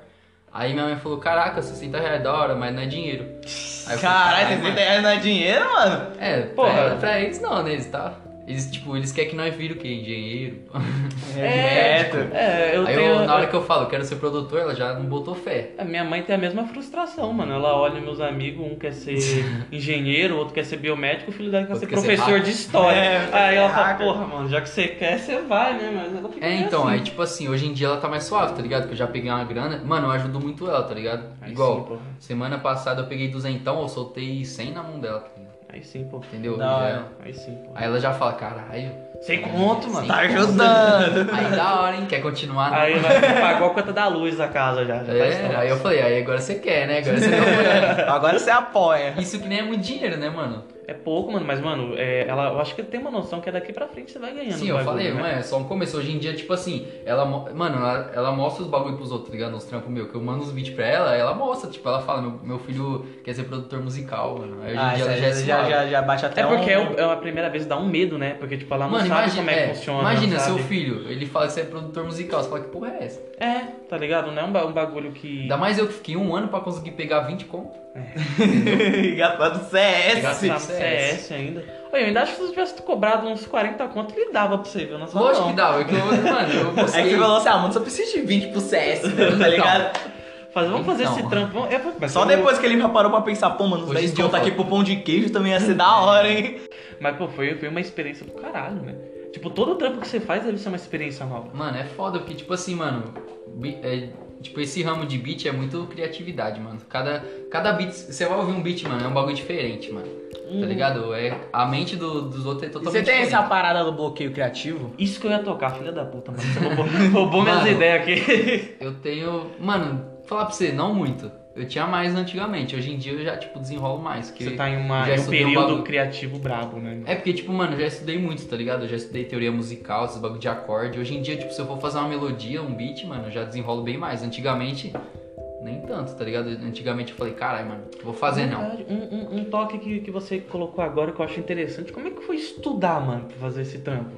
Speaker 3: Aí minha mãe falou, caraca, 60 reais é da hora, mas não é dinheiro. Aí eu falei,
Speaker 1: Caralho,
Speaker 3: "Caralho,
Speaker 1: 60 reais não é dinheiro, mano?
Speaker 3: mano." É,
Speaker 2: Porra.
Speaker 3: pra, pra eles não, né? Eles, tá... eles, tipo, eles querem que nós vire o quê? Engenheiro?
Speaker 2: É,
Speaker 1: direto.
Speaker 2: É, eu
Speaker 3: Aí eu,
Speaker 2: tenho.
Speaker 3: na hora que eu falo, quero ser produtor, ela já não botou fé.
Speaker 2: A minha mãe tem a mesma frustração, mano. Ela olha meus amigos, um quer ser engenheiro, outro quer ser biomédico, o filho dela quer
Speaker 3: Outro
Speaker 2: ser
Speaker 3: quer ser
Speaker 2: professor
Speaker 3: hacker.
Speaker 2: de história.
Speaker 1: É,
Speaker 2: aí ela fala,
Speaker 1: hacker.
Speaker 2: porra, mano, já que você quer, você vai, né? Mas ela fica
Speaker 3: É,
Speaker 2: meio
Speaker 3: então,
Speaker 2: assim.
Speaker 3: aí tipo assim, hoje em dia ela tá mais suave, tá ligado? Que eu já peguei uma grana. Mano, eu ajudo muito ela, tá ligado?
Speaker 2: Aí sim,
Speaker 3: Igual,
Speaker 2: porra.
Speaker 3: semana passada eu peguei duzentão, eu soltei 100 na mão dela, tá ligado?
Speaker 2: Aí sim, pô.
Speaker 3: entendeu?
Speaker 1: Da
Speaker 3: Já- é.
Speaker 1: hora.
Speaker 2: Aí sim, pô.
Speaker 3: Aí ela já fala, caralho.
Speaker 2: Sem conto, mano.
Speaker 3: Sem
Speaker 1: Tá
Speaker 3: conto.
Speaker 1: ajudando.
Speaker 3: Aí da hora, hein? Quer continuar? né?
Speaker 2: Aí vai pagou a conta da luz da casa já. já tá
Speaker 3: é,
Speaker 2: estourado.
Speaker 3: aí eu falei, aí agora você quer, né? Agora você tá apoiando.
Speaker 1: Agora você apoia.
Speaker 3: Isso que nem é muito dinheiro, né, mano?
Speaker 2: É pouco, mano, mas, mano, é, ela, eu acho que tem uma noção que é daqui pra frente você vai ganhando. o
Speaker 3: Sim, eu
Speaker 2: bagulho,
Speaker 3: falei,
Speaker 2: né?
Speaker 3: mano, é só um começo. Hoje em dia, tipo assim, ela, mo- mano, ela, ela mostra os bagulho pros outros, tá ligado? Os trampos meu, que eu mando os beats pra ela, ela mostra, tipo, ela fala, meu, meu filho quer ser produtor musical, mano. Aí hoje em
Speaker 1: Ah,
Speaker 3: dia ela já é
Speaker 1: já, já,
Speaker 3: suave.
Speaker 1: já, já bate até
Speaker 2: É porque
Speaker 1: um...
Speaker 2: é o- é a primeira vez dá um medo, né? Porque, tipo, ela não
Speaker 3: Mano,
Speaker 2: sabe
Speaker 3: imagina,
Speaker 2: como é
Speaker 3: é,
Speaker 2: que funciona.
Speaker 3: imagina
Speaker 2: não
Speaker 3: seu
Speaker 2: sabe?
Speaker 3: filho, ele fala que você é produtor musical, você fala que porra é essa?
Speaker 2: É, tá ligado? Não é um, ba- um bagulho que.
Speaker 3: Ainda mais eu que fiquei um ano pra conseguir pegar 20 conto.
Speaker 1: Gastando CS.
Speaker 3: Gastando-
Speaker 2: Tá,
Speaker 3: CS.
Speaker 2: CS ainda. Olha, eu ainda acho que se você tivesse cobrado uns 40 conto, ele dava pra você, viu? Na sua
Speaker 3: Lógico
Speaker 2: mão.
Speaker 3: que dava, é que eu, mano, eu
Speaker 1: Aí você
Speaker 3: gostei.
Speaker 1: falou assim, ah, mano, só precisa de 20 pro CS, né, tá ligado?
Speaker 2: Faz- vamos fazer
Speaker 3: Então.
Speaker 2: esse trampo. vamos- é,
Speaker 1: Mas só depois que ele parou pra pensar, pô, mano, os
Speaker 3: Hoje
Speaker 1: 10
Speaker 3: em
Speaker 1: conto
Speaker 3: dia eu É.
Speaker 1: aqui pro pão de queijo também ia ser da hora, hein?
Speaker 2: Mas, pô, foi, foi uma experiência do caralho, né? Tipo, todo trampo que você faz deve ser uma experiência nova.
Speaker 3: Mano, é foda, porque, tipo assim, mano, bi- é, tipo, esse ramo de beat é muito criatividade, mano. Cada, cada beat, você vai ouvir um beat, mano, é um bagulho diferente, mano. Tá ligado? É, a mente do- dos outros é
Speaker 1: E
Speaker 3: totalmente
Speaker 1: Uhum. você tem essa
Speaker 3: diferente.
Speaker 1: parada do bloqueio criativo?
Speaker 2: Isso que eu ia tocar, filha da puta, mano. Você roubou, roubou minhas
Speaker 3: Mano.
Speaker 2: ideias aqui.
Speaker 3: Eu tenho... Mano, falar pra você, não muito. Eu tinha mais antigamente, hoje em dia eu já, tipo, desenrolo mais. Que
Speaker 2: Você tá em, uma,
Speaker 3: já
Speaker 2: em um
Speaker 3: estudei um
Speaker 2: período
Speaker 3: bagulho.
Speaker 2: criativo brabo, né?
Speaker 3: É porque, tipo, mano, eu já estudei muito, tá ligado? Eu já estudei teoria musical, esses bagulho de acorde. Hoje em dia, tipo, se eu for fazer uma melodia, um beat, mano, eu já desenrolo bem mais. Antigamente, nem tanto, tá ligado? Antigamente eu falei, caralho, mano, vou fazer não.
Speaker 2: Verdade. Um, um- um toque que, que você colocou agora que eu acho interessante. Como é que foi estudar, mano, pra fazer esse trampo?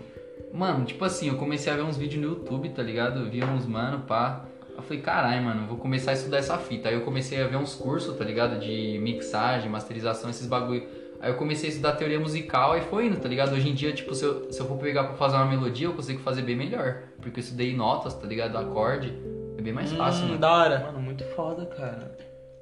Speaker 3: Mano, tipo assim, eu comecei a ver uns vídeos no YouTube, tá ligado? Eu via uns mano, pá. Eu falei, caralho, mano, eu vou começar a estudar essa fita. Aí eu comecei a ver uns cursos, tá ligado? De mixagem, masterização, esses bagulho. Aí eu comecei a estudar teoria musical e foi indo, tá ligado? Hoje em dia, tipo, se eu, se eu for pegar pra fazer uma melodia, eu consigo fazer bem melhor. Porque eu estudei notas, tá ligado? Acorde. É bem mais fácil, mano.
Speaker 1: Hum, da hora.
Speaker 2: Mano, muito foda, cara.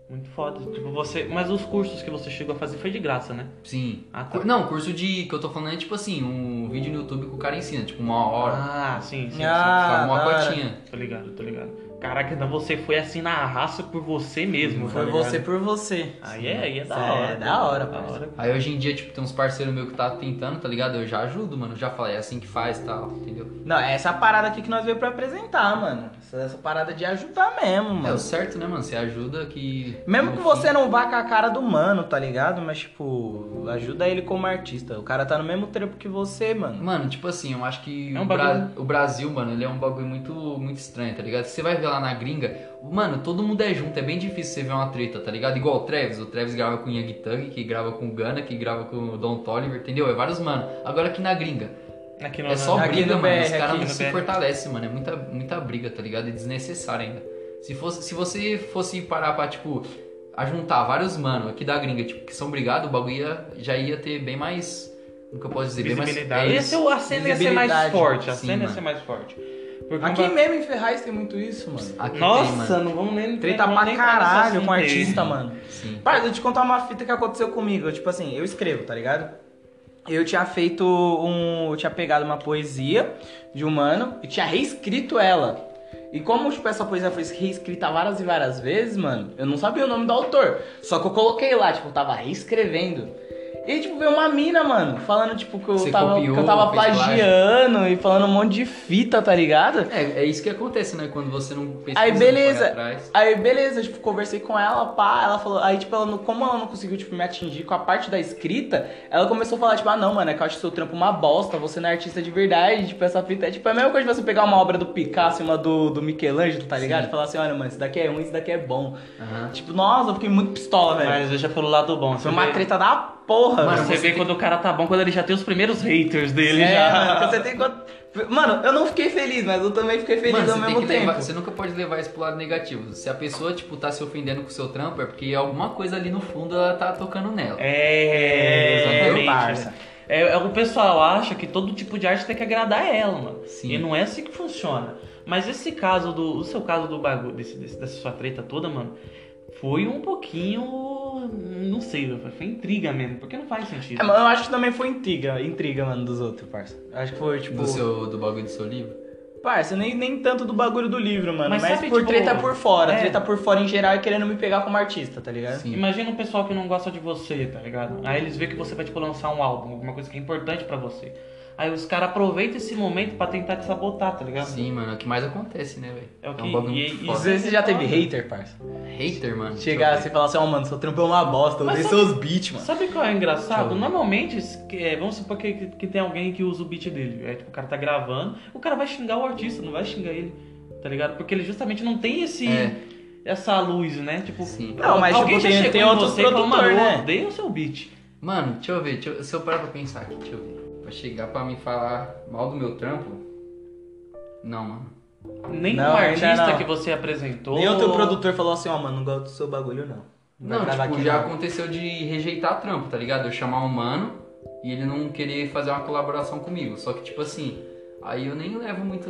Speaker 2: Muito foda. Tipo, você. Mas os cursos que você chegou a fazer foi de graça, né?
Speaker 3: Sim.
Speaker 2: Ah, tá.
Speaker 3: Não, curso de. que eu tô falando é tipo assim, um vídeo no YouTube que o cara ensina, tipo, uma hora.
Speaker 2: Ah, sim, sim.
Speaker 1: Ah.
Speaker 3: Só uma
Speaker 1: da hora.
Speaker 3: cotinha.
Speaker 2: sim. Tô ligado, tô ligado. Caraca, então você foi assim na raça por você mesmo. tá
Speaker 1: Foi
Speaker 2: ligado?
Speaker 1: você por você.
Speaker 2: Aí é, aí é da
Speaker 1: Cê
Speaker 2: hora.
Speaker 1: É da hora,
Speaker 2: da
Speaker 1: parceiro.
Speaker 2: hora.
Speaker 3: Aí hoje em dia, tipo, tem uns parceiros meus que tá tentando, tá ligado? Eu já ajudo, mano. Já falei, é assim que faz e tal, entendeu?
Speaker 1: Não, é essa parada aqui que nós veio pra apresentar, mano. Essa, essa parada de ajudar mesmo,
Speaker 3: É o
Speaker 1: mano.
Speaker 3: certo, né, mano? Você ajuda que.
Speaker 1: Mesmo
Speaker 3: no
Speaker 1: que
Speaker 3: fim-
Speaker 1: você não vá com a cara do mano, tá ligado? Mas, tipo, ajuda ele como artista. O cara tá no mesmo tempo que você, mano.
Speaker 3: Mano, tipo assim, eu acho que
Speaker 2: É um
Speaker 3: o, Bra-
Speaker 2: bagulho-
Speaker 3: o Brasil, mano, ele é um bagulho muito, muito estranho, tá ligado? Você vai ver lá na gringa, mano, todo mundo é junto, é bem difícil você ver uma treta, tá ligado? Igual o Travis, o Travis grava com o Young Thug, que grava com o Gunna, que grava com o Don Toliver, entendeu? É vários, mano. Agora aqui na gringa,
Speaker 2: Aqui no-
Speaker 3: é só
Speaker 2: na-
Speaker 1: aqui
Speaker 3: briga,
Speaker 1: no
Speaker 3: mano, os
Speaker 1: BR,
Speaker 3: caras
Speaker 2: aqui
Speaker 3: não
Speaker 2: no
Speaker 3: se
Speaker 2: BR.
Speaker 3: fortalecem, mano, é muita, muita briga, tá ligado? É desnecessário ainda. Se, fosse, se você fosse parar pra, tipo, ajuntar vários, mano, aqui da gringa, tipo, que são brigados, o bagulho ia- já ia ter bem mais... Como que eu posso dizer? Bem mais...
Speaker 2: Visibilidade.
Speaker 3: é
Speaker 2: Esse é
Speaker 3: isso.
Speaker 2: o- a cena ia ser mais
Speaker 1: Visibilidade.
Speaker 2: forte. A
Speaker 3: Sim,
Speaker 2: cena ia
Speaker 3: mano.
Speaker 2: ser mais forte. Porque
Speaker 1: Aqui
Speaker 2: uma-
Speaker 1: mesmo em Ferraz tem muito isso, mano.
Speaker 3: Aqui tem,
Speaker 2: Nossa,
Speaker 3: mano.
Speaker 2: não vamos nem.
Speaker 1: Treta
Speaker 2: não vamos
Speaker 1: pra
Speaker 2: nem falar nesse
Speaker 1: caralho assim com
Speaker 2: assunto aí.
Speaker 1: artista, mano.
Speaker 3: Sim.
Speaker 1: Pai, deixa eu te contar uma fita que aconteceu comigo. Eu, Tipo assim, eu escrevo, tá ligado? Eu tinha feito um. Eu tinha pegado uma poesia de um mano e tinha reescrito ela. E como, tipo, essa poesia foi reescrita várias e várias vezes, mano, eu não sabia o nome do autor. Só que eu coloquei lá, tipo, eu tava reescrevendo. E, tipo, veio uma mina, mano, falando, tipo, que eu,
Speaker 3: Você
Speaker 1: tava,
Speaker 3: copiou,
Speaker 1: que eu tava
Speaker 3: fez plágio.
Speaker 1: plagiando e falando um monte de fita, tá ligado?
Speaker 3: É, é isso que acontece, né? Quando você não pesquisa,
Speaker 1: Aí,
Speaker 3: não
Speaker 1: beleza.
Speaker 3: corre atrás.
Speaker 1: Aí, beleza, tipo, conversei com ela, pá, ela falou, aí, tipo, ela não, como ela não conseguiu, tipo, me atingir com a parte da escrita, ela começou a falar, tipo, ah, não, mano, é que eu acho seu trampo uma bosta, você não é artista de verdade, tipo, essa fita, é, tipo, é a mesma coisa de você pegar uma obra do Picasso e uma do, do Michelangelo, tá ligado? E falar assim, olha, mano, isso daqui é ruim, isso daqui é bom.
Speaker 3: Aham.
Speaker 1: Tipo, nossa, eu fiquei muito pistola, velho.
Speaker 2: Mas veja pelo lado bom.
Speaker 1: Foi
Speaker 2: você
Speaker 1: uma
Speaker 2: vê-
Speaker 1: treta da porra,
Speaker 3: Mano,
Speaker 1: mano.
Speaker 2: Você
Speaker 3: você
Speaker 2: vê
Speaker 3: tem-
Speaker 2: quando o cara tá bom, quando ele já tem os primeiros haters dele
Speaker 1: É,
Speaker 2: já.
Speaker 1: mano, você tem quando- Mano, eu não fiquei feliz, mas eu também fiquei feliz
Speaker 3: Mano,
Speaker 1: ao
Speaker 3: você, tem
Speaker 1: mesmo
Speaker 3: que
Speaker 1: tempo.
Speaker 3: levar- você nunca pode levar isso pro lado negativo. Se a pessoa, tipo, tá se ofendendo com o seu trampo, é porque alguma coisa ali no fundo ela tá tocando nela.
Speaker 2: É,
Speaker 1: É,
Speaker 2: exatamente.
Speaker 1: parça.
Speaker 2: É, é, o pessoal acha que todo tipo de arte tem que agradar ela, mano.
Speaker 3: Sim.
Speaker 2: E não é assim que funciona. Mas esse caso do. O seu caso do bagulho, desse, desse- dessa sua treta toda, mano, foi um pouquinho. Não sei, velho, foi intriga mesmo, porque não faz sentido.
Speaker 1: É, mano, eu acho que também foi intriga, intriga, mano, dos outros, parça. Eu Acho que foi, tipo.
Speaker 3: Do, seu, do bagulho do seu livro.
Speaker 1: Parça, nem, nem tanto do bagulho do livro, mano. Mas,
Speaker 2: Mas sabe,
Speaker 1: por
Speaker 2: tipo,
Speaker 1: treta por fora.
Speaker 2: é.
Speaker 1: Treta por fora em geral e querendo me pegar como artista, tá ligado?
Speaker 3: Sim.
Speaker 2: Imagina um pessoal que não gosta de você, tá ligado? Aí eles veem que você vai, tipo, lançar um álbum, alguma coisa que é importante pra você. Aí os caras aproveitam esse momento pra tentar te sabotar, tá ligado?
Speaker 3: Sim, mano, é o que mais acontece, né, velho?
Speaker 2: É o
Speaker 3: um
Speaker 2: que-
Speaker 3: bagulho
Speaker 2: e-
Speaker 3: muito
Speaker 2: e-
Speaker 1: Às
Speaker 3: foda.
Speaker 1: vezes você já teve hater, parça.
Speaker 3: Hater, mano.
Speaker 1: Chegar assim e falar assim, ó, mano, seu trampo é uma bosta, eu
Speaker 2: Mas
Speaker 1: odeio
Speaker 2: sabe-
Speaker 1: seus beats, mano.
Speaker 2: Sabe qual é engraçado?
Speaker 3: Deixa eu ver.
Speaker 2: Normalmente, es- que- é, vamos supor que, que- que tem alguém que usa o beat dele. É, tipo, o cara tá gravando, o cara vai xingar o artista, não vai xingar ele, tá ligado? Porque ele justamente não tem esse.
Speaker 3: É.
Speaker 2: Essa luz, né? Tipo,
Speaker 3: Sim.
Speaker 1: Não, mas,
Speaker 2: alguém
Speaker 1: tipo,
Speaker 2: já
Speaker 1: tem-
Speaker 2: chegou
Speaker 1: tem
Speaker 2: em
Speaker 1: outros
Speaker 2: você e falou,
Speaker 1: produtor,
Speaker 2: "Mano,
Speaker 1: né?"
Speaker 2: eu odeio o seu beat.
Speaker 3: Mano, deixa eu ver, deixa eu, se eu parar pra pensar aqui, deixa eu ver. Pra chegar pra me falar mal do meu trampo. Não, mano.
Speaker 2: Nem
Speaker 1: Não,
Speaker 2: o
Speaker 1: ainda
Speaker 2: artista
Speaker 1: não.
Speaker 2: que você apresentou.
Speaker 1: Nem outro produtor falou assim, ó, mano, não gosto do seu bagulho, não. vai
Speaker 3: Não,
Speaker 1: gravar
Speaker 3: tipo,
Speaker 1: aqui,
Speaker 3: já
Speaker 1: não.
Speaker 3: aconteceu de rejeitar trampo, tá ligado? Eu chamar um mano e ele não querer fazer uma colaboração comigo. Só que, tipo assim, aí eu nem levo muito.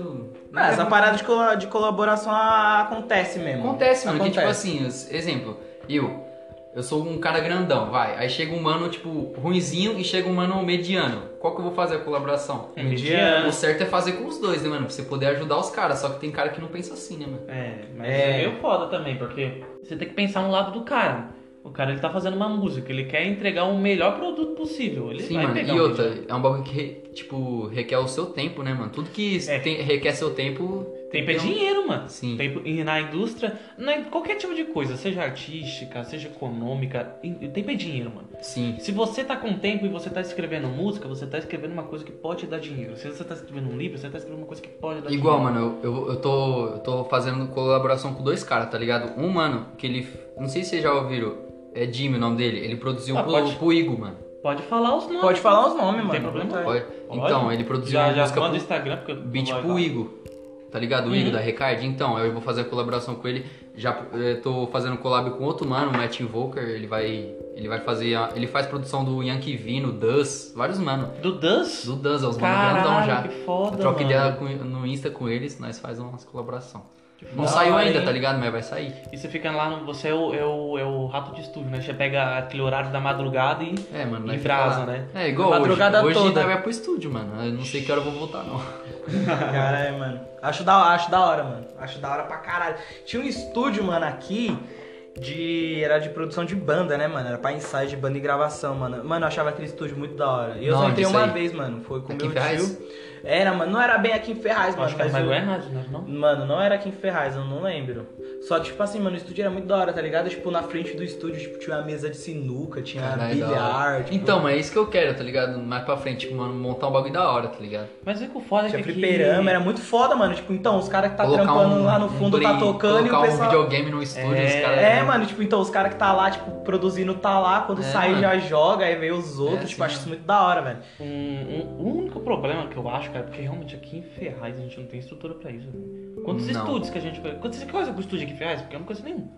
Speaker 1: Não, essa parada de, colo- de colaboração a- acontece mesmo.
Speaker 3: Acontece, mano. Que, tipo
Speaker 1: Acontece.
Speaker 3: assim, os- exemplo, eu. Eu sou um cara grandão, vai. Aí chega um mano, tipo, ruinzinho e chega um mano mediano. Qual que eu vou fazer a colaboração?
Speaker 2: É,
Speaker 3: O
Speaker 2: mediano.
Speaker 3: certo é fazer com os dois, né, mano? Pra você poder ajudar os caras. Só que tem cara que não pensa assim, né, mano?
Speaker 2: É, mas
Speaker 1: É.
Speaker 2: é. meio foda também, porque você tem que pensar no lado do cara. O cara ele tá fazendo uma música, ele quer entregar o melhor produto possível. Ele
Speaker 3: Sim,
Speaker 2: vai
Speaker 3: mano.
Speaker 2: pegar
Speaker 3: E
Speaker 2: um
Speaker 3: outra,
Speaker 2: mediano.
Speaker 3: é um bagulho que, re- tipo, requer o seu tempo, né, mano? Tudo que
Speaker 2: É.
Speaker 3: tem- requer seu tempo.
Speaker 2: Tempo é
Speaker 3: tem um-
Speaker 2: dinheiro, mano.
Speaker 3: Sim.
Speaker 2: Tempo, e na indústria, na, qualquer tipo de coisa, seja artística, seja econômica, e- e tempo é dinheiro, mano.
Speaker 3: Sim.
Speaker 2: Se você tá com tempo e você tá escrevendo música, você tá escrevendo uma coisa que pode dar dinheiro. Se você tá escrevendo um livro, você tá escrevendo uma coisa que pode dar
Speaker 3: Igual,
Speaker 2: dinheiro.
Speaker 3: mano, eu, eu, eu tô, eu tô fazendo colaboração com dois caras, tá ligado? Um, mano, que ele. Não sei se vocês já ouviram. É Jimmy o nome dele. Ele produziu
Speaker 2: Ah,
Speaker 3: pro,
Speaker 2: pode.
Speaker 3: pro Igor, mano.
Speaker 2: Pode falar os nomes.
Speaker 1: Pode falar os nomes,
Speaker 2: Não
Speaker 1: mano. tá-
Speaker 2: tem problema.
Speaker 1: Vontade.
Speaker 3: Pode? Então, ele produziu
Speaker 2: já,
Speaker 3: uma
Speaker 2: já
Speaker 3: música
Speaker 2: manda o
Speaker 3: pro,
Speaker 2: Instagram, porque eu não
Speaker 3: beat
Speaker 2: vou
Speaker 3: pro
Speaker 2: falar.
Speaker 3: Igor. Tá ligado? O
Speaker 2: Uhum.
Speaker 3: Igor da Recard. Então, eu vou fazer a colaboração com ele. Já eh, tô fazendo collab com outro mano, o Matt Invoker. Ele vai. Ele vai fazer. a- ele faz produção do Yankee Vino, Dus, vários mano.
Speaker 2: Do Dance?
Speaker 3: Do Dus, é os mano grandão
Speaker 2: Caralho,
Speaker 3: já.
Speaker 2: que foda,
Speaker 3: Eu troco
Speaker 2: mano. Tipo,
Speaker 3: ideia com- no Insta com eles, nós faz umas colaboração. Não
Speaker 2: Da
Speaker 3: saiu
Speaker 2: hora,
Speaker 3: ainda,
Speaker 2: hein?
Speaker 3: tá ligado? Mas vai sair.
Speaker 2: E você fica lá, no, você é o, é, o, é o rato de estúdio, né? Você pega aquele horário da madrugada e...
Speaker 3: É, mano. nós
Speaker 2: Em
Speaker 3: fica
Speaker 2: brasa,
Speaker 3: lá.
Speaker 2: né?
Speaker 3: É, igual
Speaker 1: Madrugada
Speaker 3: hoje. Hoje
Speaker 1: toda.
Speaker 3: nós vai pro estúdio, mano. Eu não sei que hora eu vou voltar, não.
Speaker 1: Caralho, mano. Acho da, acho da hora, mano. Acho da hora pra caralho. Tinha um estúdio, mano, aqui de. Era de produção de banda, né, mano? Era pra ensaio de banda e gravação, mano. Mano, eu achava aquele estúdio muito da hora. E eu
Speaker 3: Não,
Speaker 1: só entrei
Speaker 3: disso
Speaker 1: uma
Speaker 3: aí.
Speaker 1: vez, mano. Foi com
Speaker 3: Aqui em
Speaker 1: meu
Speaker 3: Ferraz?
Speaker 1: tio. Era, mano, não era bem aqui em Ferraz, mano.
Speaker 2: Acho que é
Speaker 1: mas
Speaker 2: mais
Speaker 1: eu-
Speaker 2: não é nada, não é não?
Speaker 1: Mano, não era aqui em Ferraz, eu não lembro. Só que, tipo assim, mano, o estúdio era muito da hora, tá ligado? Tipo, na frente do estúdio, tipo, tinha uma mesa de sinuca,
Speaker 2: É,
Speaker 1: tinha
Speaker 3: Caralho, da hora.
Speaker 1: bilhar.
Speaker 2: né?
Speaker 1: Tipo,
Speaker 3: Então, mas é isso que eu quero, tá ligado? Mais pra frente, tipo, mano, montar um bagulho da hora, tá ligado?
Speaker 2: Mas é que o foda é
Speaker 1: Tinha
Speaker 2: que...
Speaker 1: fliperama, era muito foda, mano. Tipo, então, os caras que tá trampando lá no fundo
Speaker 3: play,
Speaker 1: tá tocando e
Speaker 3: um colocar
Speaker 1: o pessoal.
Speaker 3: um videogame no estúdio,
Speaker 2: É,
Speaker 3: os caras...
Speaker 1: É, mano, tipo, então os caras que tá lá, tipo, produzindo tá lá, quando
Speaker 3: É,
Speaker 1: sai
Speaker 3: mano.
Speaker 1: já joga, aí vem os outros, tipo,
Speaker 3: É, sim,
Speaker 1: acho
Speaker 3: mano.
Speaker 1: isso muito da hora, velho.
Speaker 2: Um, um- o único problema que eu acho, cara, é porque realmente aqui em Ferraz a gente não tem estrutura pra isso. velho. Quantos
Speaker 3: Não.
Speaker 2: estúdios que a gente. Quantas coisas com estúdio aqui em Ferraz? Porque é eu não conheço nenhum.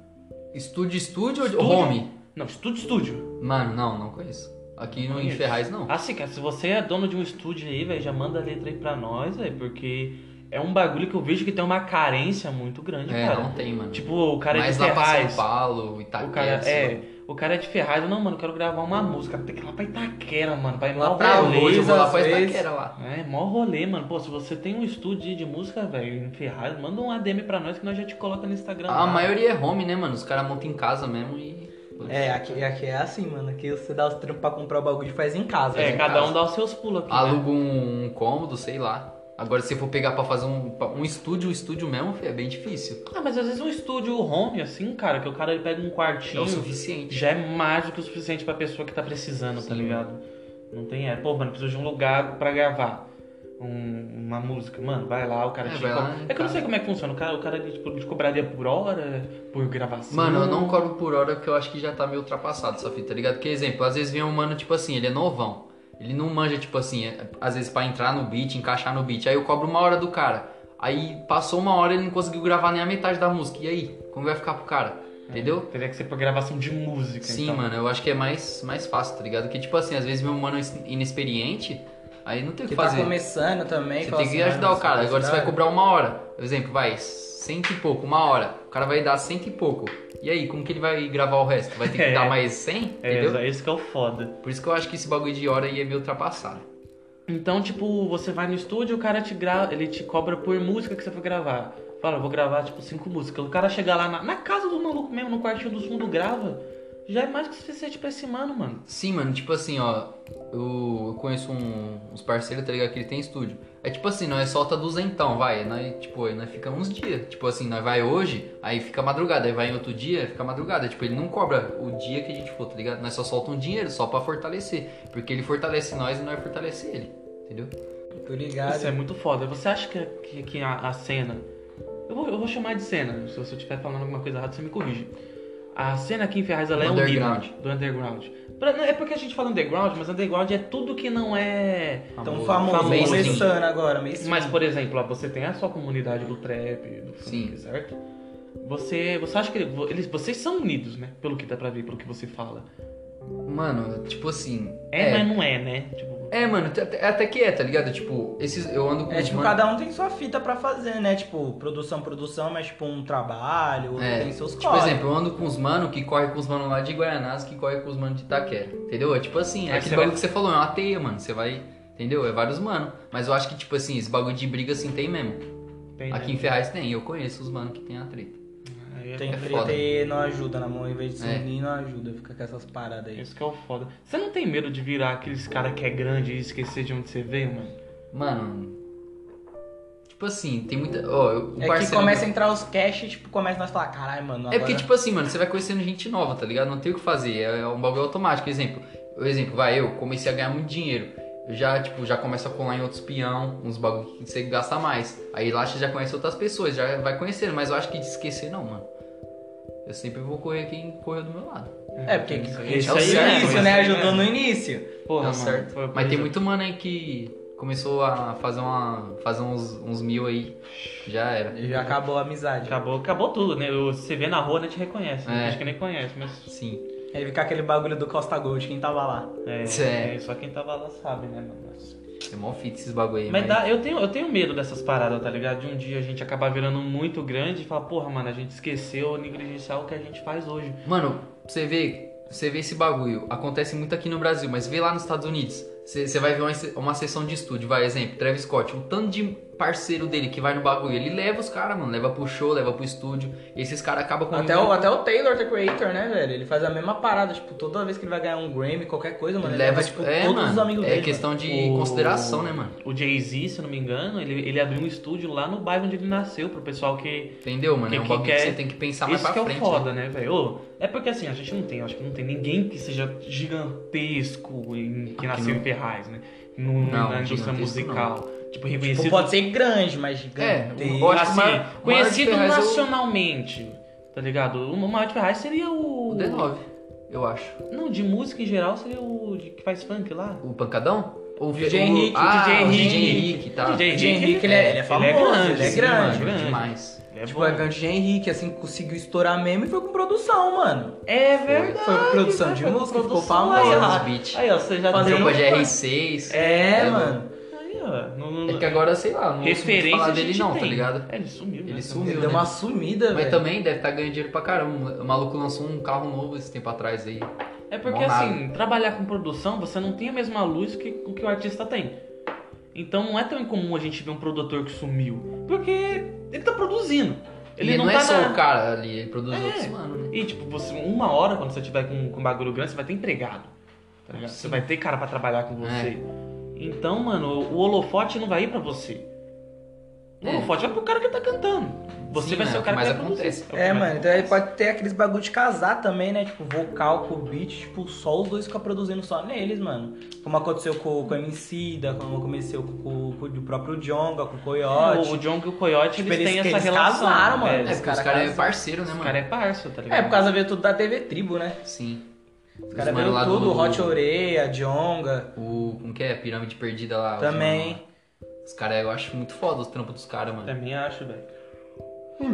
Speaker 3: Estúdio, estúdio,
Speaker 2: Estúdio?
Speaker 3: ou home?
Speaker 2: Não, estúdio, estúdio.
Speaker 3: Mano, não, não conheço. Aqui no, em
Speaker 2: Conheço.
Speaker 3: Ferraz, não.
Speaker 2: Assim, cara, se você é dono de um estúdio aí, velho, já manda a letra aí pra nós, velho, porque é um bagulho que eu vejo que tem uma carência muito grande,
Speaker 3: é,
Speaker 2: Ah, cara.
Speaker 3: não tem, mano.
Speaker 2: Tipo, o cara
Speaker 3: Mais
Speaker 2: é de
Speaker 3: lá pra
Speaker 2: Ferraz.
Speaker 3: São Paulo, assim, Itaquera,
Speaker 2: O cara
Speaker 3: sei lá.
Speaker 2: é. O cara é de Ferraz, eu, não, mano, eu quero gravar uma música. Tem que ir lá pra Itaquera, mano. Pra ir
Speaker 1: Lá
Speaker 2: lá
Speaker 1: pra
Speaker 2: pra
Speaker 3: Ah, Hoje eu vou lá
Speaker 1: às
Speaker 3: pra
Speaker 1: vezes.
Speaker 3: Itaquera, lá.
Speaker 2: É, mó rolê, mano. Pô, se você tem um estúdio de música, velho, em Ferraz, manda um ADM pra nós que nós já te coloca no Instagram.
Speaker 3: A
Speaker 2: lá.
Speaker 3: maioria é home, né, mano? Os caras montam em casa mesmo e...
Speaker 1: É, aqui, aqui é assim, mano. Aqui você dá os trampos pra comprar o bagulho e faz em casa.
Speaker 2: É,
Speaker 1: né?
Speaker 2: cada um dá os seus pulos aqui. né?
Speaker 3: Aluga um, um cômodo, sei lá. Agora, se for pegar pra fazer um, pra- um estúdio, um estúdio mesmo, fi, é bem difícil.
Speaker 2: Ah, mas às vezes um estúdio home, assim, cara, que o cara ele pega um
Speaker 3: É o
Speaker 2: quartinho,
Speaker 3: suficiente.
Speaker 2: já é mais do que o suficiente pra pessoa que tá precisando, tá
Speaker 3: Sim.
Speaker 2: ligado? Não tem é. Pô, mano, preciso de um lugar pra gravar. um- uma música, mano, vai lá, o cara
Speaker 3: É,
Speaker 2: te
Speaker 3: vai
Speaker 2: co-
Speaker 3: lá,
Speaker 2: É que eu
Speaker 3: cara.
Speaker 2: não sei como é que funciona. O cara, o cara ele, tipo, te cobraria por hora, por gravação.
Speaker 3: Mano, eu não cobro por hora porque eu acho que já tá meio ultrapassado essa fita, tá ligado? Porque, exemplo, às vezes vem um mano, tipo assim, ele é novão. Ele não manja, tipo assim, é- às vezes pra entrar no beat, encaixar no beat. Aí eu cobro uma hora do cara. Aí passou uma hora e ele não conseguiu gravar nem a metade da música. E aí? Como vai ficar pro cara?
Speaker 1: É.
Speaker 3: Entendeu?
Speaker 2: Teria que ser pra gravação de música,
Speaker 3: Sim,
Speaker 2: então.
Speaker 3: mano, eu acho que é mais, mais fácil, tá ligado? Que tipo assim, às vezes meu mano é inexperiente, aí não tem o que
Speaker 1: Que tá
Speaker 3: fazer.
Speaker 1: começando também.
Speaker 3: Você
Speaker 1: fala
Speaker 3: tem que
Speaker 1: assim, ah,
Speaker 3: ajudar o
Speaker 1: nossa,
Speaker 3: cara.
Speaker 1: vou
Speaker 3: Agora você
Speaker 1: ajudar.
Speaker 3: vai cobrar uma hora. Por exemplo, vai, cento e pouco, uma hora. O cara vai dar cento e pouco. E aí, como que ele vai gravar o resto? Vai ter que
Speaker 2: É.
Speaker 3: dar mais cem?
Speaker 2: É,
Speaker 3: Entendeu?
Speaker 2: é isso que é o foda.
Speaker 3: Por isso que eu acho que esse bagulho de hora aí é meio ultrapassado.
Speaker 2: Então, tipo, você vai no estúdio, o cara te grava, ele te cobra por música que você for gravar. Fala, eu vou gravar, tipo, cinco músicas. O cara chegar lá na, na casa do maluco mesmo, no quartinho do fundo, grava. Já é mais que o suficiente pra esse mano, mano.
Speaker 3: Sim, mano, tipo assim, ó. Eu, eu conheço um- uns parceiros, tá ligado? Que ele tem estúdio. É tipo assim, nós solta duzentão, vai. Nós, tipo, aí nós fica uns dias. Tipo assim, nós vai hoje, aí fica madrugada. Aí vai em outro dia, fica madrugada. Tipo, ele não cobra o dia que a gente for, tá ligado? Nós só solta um dinheiro só pra fortalecer. Porque ele fortalece nós e nós fortalece ele. Entendeu?
Speaker 1: Tô ligado.
Speaker 2: Isso é muito foda. Você acha que, que, que a, a cena. Eu vou, eu vou chamar de cena. Se você estiver falando alguma coisa errada, você me corrige. A cena aqui em Ferraz ela é um
Speaker 3: Underground.
Speaker 2: livro do underground. Pra- não, é porque a gente fala underground, mas underground é tudo que não é.
Speaker 1: Tão
Speaker 3: Famoso.
Speaker 1: Então, famoso,
Speaker 2: famoso.
Speaker 1: começando agora, meio
Speaker 2: Mas, por exemplo, ó, você tem a sua comunidade do trap, do funk,
Speaker 3: Sim.
Speaker 2: certo? Você, você acha que ele- eles, vocês são unidos, né? Pelo que dá pra ver, pelo que você fala.
Speaker 3: Mano, tipo assim.
Speaker 2: É, mas não é, né? Tipo,
Speaker 3: É, mano, até, até que é, tá ligado? Tipo, esses, eu ando com
Speaker 1: É,
Speaker 3: os
Speaker 1: tipo,
Speaker 3: mano-
Speaker 1: cada um tem sua fita pra fazer, né? Tipo, produção, produção, mas tipo um trabalho, outro
Speaker 3: É,
Speaker 1: tem seus
Speaker 3: Por
Speaker 1: corres.
Speaker 3: exemplo, eu ando com os mano que corre com os mano lá de Guaianás, que corre com os mano de Itaquera. Entendeu? É tipo assim, é
Speaker 2: Aí você
Speaker 3: aquele bagulho
Speaker 2: vai-
Speaker 3: que você falou, é uma teia, mano. Você vai. Entendeu? É vários mano. Mas eu acho que, tipo assim, esse bagulho de briga assim tem mesmo.
Speaker 2: tem, né?
Speaker 3: Aqui em Ferraz tem, eu conheço os mano que tem a treta.
Speaker 2: Aí é-
Speaker 1: Tem
Speaker 3: é
Speaker 1: treta
Speaker 3: foda.
Speaker 1: e não ajuda na mão, em vez de se
Speaker 3: É.
Speaker 1: unir, não ajuda, fica com essas paradas aí.
Speaker 2: Isso que é o foda. Você não tem medo de virar aqueles cara que é grande e esquecer de onde você veio, mano?
Speaker 3: Mano. Tipo assim, tem muita. Ó, eu- o
Speaker 1: É que
Speaker 3: parceiro.
Speaker 1: começa a entrar os cash e tipo, começa nós a falar, caralho, mano, agora...
Speaker 3: É porque, tipo assim, mano, você vai conhecendo gente nova, tá ligado? Não tem o que fazer. É é um bagulho automático. Exemplo, por exemplo, vai, eu comecei a ganhar muito dinheiro. Eu já, tipo, já começo a colar em outros peão, uns bagulho que você gasta mais. Aí lá você já conhece outras pessoas, já vai conhecendo, mas eu acho que de esquecer não, mano. Eu sempre vou correr quem correu do meu lado.
Speaker 1: É, porque
Speaker 2: tem
Speaker 1: isso,
Speaker 2: isso
Speaker 1: é o
Speaker 2: aí, né?
Speaker 1: início, né?
Speaker 2: Isso aí,
Speaker 1: Ajudou
Speaker 2: né?
Speaker 1: no início.
Speaker 2: Porra,
Speaker 3: Tá
Speaker 2: mano,
Speaker 3: certo.
Speaker 2: foi-
Speaker 3: Mas tem
Speaker 2: foi-
Speaker 3: muito mano aí que começou a fazer uma. fazer uns, uns mil aí. Já era.
Speaker 1: Já acabou a amizade.
Speaker 2: Acabou, acabou tudo, né? Eu- Você vê na rua, né? Te reconhece. Né?
Speaker 3: É.
Speaker 2: Acho que nem conhece, mas.
Speaker 3: Sim.
Speaker 1: Aí fica aquele bagulho do Costa Gold, quem tava lá.
Speaker 2: É,
Speaker 3: Certo.
Speaker 2: é, Só quem tava lá sabe, né, mano? Mas-
Speaker 3: É mó fit esses bagulho aí,
Speaker 2: Mas dá, eu, tenho, eu tenho medo dessas paradas, tá ligado? De um dia a gente acabar virando muito grande e falar, porra, mano, a gente esqueceu negligenciar o que a gente faz hoje.
Speaker 3: Mano, você vê, você vê esse bagulho, acontece muito aqui no Brasil, mas vê lá nos Estados Unidos. Você você vai ver uma, se- uma sessão de estúdio, vai, exemplo, Travis Scott, um tanto de parceiro dele que vai no bagulho, ele leva os caras, mano, leva pro show, leva pro estúdio, e esses caras acabam com
Speaker 1: Até o, até o Taylor, The Creator, né, velho? Ele faz a mesma parada, tipo, toda vez que ele vai ganhar um Grammy, qualquer coisa, mano,
Speaker 3: ele
Speaker 1: ele
Speaker 3: leva,
Speaker 1: leva, tipo,
Speaker 3: é,
Speaker 1: todos
Speaker 3: mano,
Speaker 1: os amigos
Speaker 3: é
Speaker 1: dele. mano.
Speaker 3: questão de
Speaker 2: O-
Speaker 3: consideração, né, mano?
Speaker 2: O Jay-Z, se eu não me engano, ele, ele abriu um estúdio lá no bairro onde ele nasceu, pro pessoal que
Speaker 3: Entendeu, mano?
Speaker 2: Que-
Speaker 3: é um
Speaker 2: que
Speaker 3: bagulho que,
Speaker 2: quer-
Speaker 3: você tem que pensar mais
Speaker 2: Isso
Speaker 3: pra
Speaker 2: que é
Speaker 3: frente.
Speaker 2: o foda, né, velho? Ô, É porque assim, a gente não tem, acho que não tem ninguém que seja gigantesco em, que
Speaker 3: Aqui
Speaker 2: nasceu
Speaker 3: não.
Speaker 2: em Ferraz, né? No-
Speaker 3: Não,
Speaker 2: na indústria
Speaker 3: gigantesco
Speaker 2: musical. Tipo, reconhecido.
Speaker 1: Tipo, pode ser grande, mas gigante.
Speaker 3: É, o- eu acho que
Speaker 2: assim,
Speaker 3: o maior- o maior de
Speaker 2: conhecido
Speaker 3: Ferraz é o-
Speaker 2: nacionalmente. Tá ligado? O maior de Ferraz seria o.
Speaker 3: O D9, eu acho.
Speaker 2: Não, de música em geral seria o de- que faz funk lá.
Speaker 3: O Pancadão? Ou o
Speaker 1: DJ
Speaker 3: o-
Speaker 1: Henrique,
Speaker 3: ah,
Speaker 1: DJ
Speaker 3: o
Speaker 1: Henrique.
Speaker 3: DJ Henrique, tá.
Speaker 2: DJ
Speaker 1: O DJ Henrique, ele é, ele é famoso, ele é grande,
Speaker 2: grande,
Speaker 1: ele é
Speaker 3: Sim,
Speaker 1: grande.
Speaker 3: mano,
Speaker 2: grande.
Speaker 3: demais.
Speaker 2: Ele é
Speaker 1: Tipo,
Speaker 2: bom.
Speaker 1: é grande de Henrique, assim, conseguiu estourar mesmo e foi com produção, mano.
Speaker 2: É
Speaker 3: verdade,
Speaker 1: Foi com produção
Speaker 2: né?
Speaker 1: de
Speaker 2: Foi com
Speaker 1: música, ficou
Speaker 2: produção,
Speaker 1: famoso.
Speaker 2: aí,
Speaker 3: Os
Speaker 2: ó.
Speaker 3: beats.
Speaker 2: Aí, ó, você já
Speaker 1: Fazer
Speaker 2: tem.
Speaker 1: um-
Speaker 3: Trampa de R6.
Speaker 1: É,
Speaker 3: É,
Speaker 1: mano.
Speaker 2: Aí, ó. não- não-
Speaker 3: É que agora, sei lá, não ouço muito
Speaker 2: Referência
Speaker 3: falar
Speaker 2: a gente
Speaker 3: dele não, tá
Speaker 2: tem.
Speaker 3: ligado?
Speaker 2: É, ele sumiu,
Speaker 3: Ele
Speaker 2: né?
Speaker 3: sumiu.
Speaker 1: Ele
Speaker 3: Viu,
Speaker 1: deu
Speaker 3: né?
Speaker 1: uma sumida,
Speaker 3: Mas
Speaker 1: velho.
Speaker 3: também deve estar ganhando dinheiro pra caramba. O maluco lançou um carro novo esse tempo atrás aí.
Speaker 2: É porque
Speaker 3: Monado.
Speaker 2: assim, trabalhar com produção, você não tem a mesma luz que o que o artista tem. Então não é tão incomum a gente ver um produtor que sumiu. Porque ele tá produzindo.
Speaker 3: Ele, não,
Speaker 2: tá
Speaker 3: é só
Speaker 2: na-
Speaker 3: o cara ali, ele produz
Speaker 2: É.
Speaker 3: outros mano, né?
Speaker 2: E tipo, você, uma hora quando você tiver com, com bagulho grande, você vai ter empregado. Tá ligado? Você
Speaker 3: Sim.
Speaker 2: vai ter cara pra trabalhar com você.
Speaker 3: É.
Speaker 2: Então, mano, o holofote não vai ir pra você. O
Speaker 3: É.
Speaker 2: holofote vai pro cara que tá cantando. Você
Speaker 3: Sim,
Speaker 2: vai ser
Speaker 3: mano,
Speaker 2: o cara
Speaker 3: mas
Speaker 2: que vai produzir.
Speaker 3: acontece.
Speaker 2: o que
Speaker 1: É,
Speaker 2: mais
Speaker 1: mano, então aí
Speaker 2: acontece.
Speaker 1: pode ter aqueles bagulho de casar também, né? Tipo, vocal com beat, tipo, só os dois ficam produzindo só neles, mano. Como aconteceu com, com o Emicida, como aconteceu com, com o próprio Jonga, com o
Speaker 2: O, o
Speaker 1: Coyote.
Speaker 2: John e o Coyote,
Speaker 1: Tipo,
Speaker 2: eles,
Speaker 1: eles-
Speaker 2: têm
Speaker 1: que
Speaker 2: essa
Speaker 1: eles
Speaker 2: relação.
Speaker 1: casaram, mano.
Speaker 2: né?
Speaker 3: É, porque
Speaker 1: cara
Speaker 3: os caras é
Speaker 1: casa-
Speaker 3: parceiro, né,
Speaker 2: Os
Speaker 3: mano?
Speaker 2: caras é parça, tá ligado?
Speaker 1: É, por causa veio tudo da TV Tribo, né?
Speaker 3: Sim.
Speaker 1: Os caras
Speaker 3: mano lá
Speaker 1: viram tudo,
Speaker 3: do-
Speaker 1: Hot Oreia, Djonga,
Speaker 3: O. Como que é? Pirâmide Perdida lá. os
Speaker 1: também.
Speaker 3: mano lá. Os caras, eu acho muito foda os trampos dos caras, mano.
Speaker 2: Também acho, velho.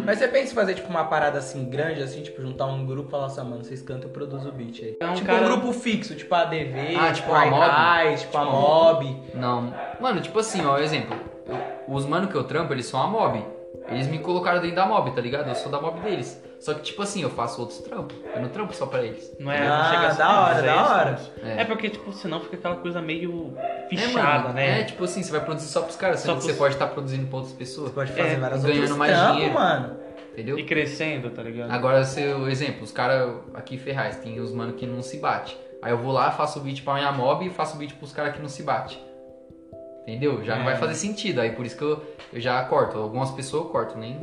Speaker 1: Mas você pensa em fazer, tipo, uma parada assim grande, assim, tipo, juntar um grupo e falar assim, "Ah, mano, vocês cantam, eu produzo o beat aí.
Speaker 2: É um
Speaker 1: tipo, um
Speaker 2: cara-
Speaker 1: grupo fixo, tipo a ADV,
Speaker 3: Ah, tipo
Speaker 1: tipo
Speaker 3: a
Speaker 1: a
Speaker 3: Mob?
Speaker 1: Ikai, tipo, a Mob.
Speaker 3: Não. Mano, tipo assim, ó, exemplo. eu- os mano que eu trampo, eles são a mob. Eles me colocaram dentro da mob, tá ligado? Eu sou da mob deles. Só que, tipo assim, eu faço outros trampos. Eu não trampo só pra eles.
Speaker 2: Não é?
Speaker 1: Ah,
Speaker 2: não chega a ser
Speaker 1: da
Speaker 3: um
Speaker 1: hora,
Speaker 2: isso, é
Speaker 1: da
Speaker 2: isso,
Speaker 1: hora.
Speaker 2: né? É. porque, tipo, senão fica aquela coisa meio
Speaker 3: é,
Speaker 2: fechada,
Speaker 3: mano,
Speaker 2: né?
Speaker 3: É, tipo assim, você vai produzir só pros caras, só
Speaker 2: Só
Speaker 3: que
Speaker 2: pros-
Speaker 3: você pode estar produzindo pra outras pessoas,
Speaker 1: Você pode fazer
Speaker 2: É,
Speaker 1: várias
Speaker 3: ganhando
Speaker 1: outras
Speaker 3: mais
Speaker 1: trampo,
Speaker 3: dinheiro.
Speaker 1: mano.
Speaker 3: entendeu?
Speaker 2: E crescendo, tá ligado?
Speaker 3: Agora, seu exemplo, os caras aqui Ferraz, tem os mano que não se bate. Aí eu vou lá, faço o beat pra minha mob e faço o beat pros caras que não se bate. Entendeu? Já não
Speaker 2: É.
Speaker 3: vai fazer sentido. Aí por isso que eu, eu já corto. Algumas pessoas eu corto, nem,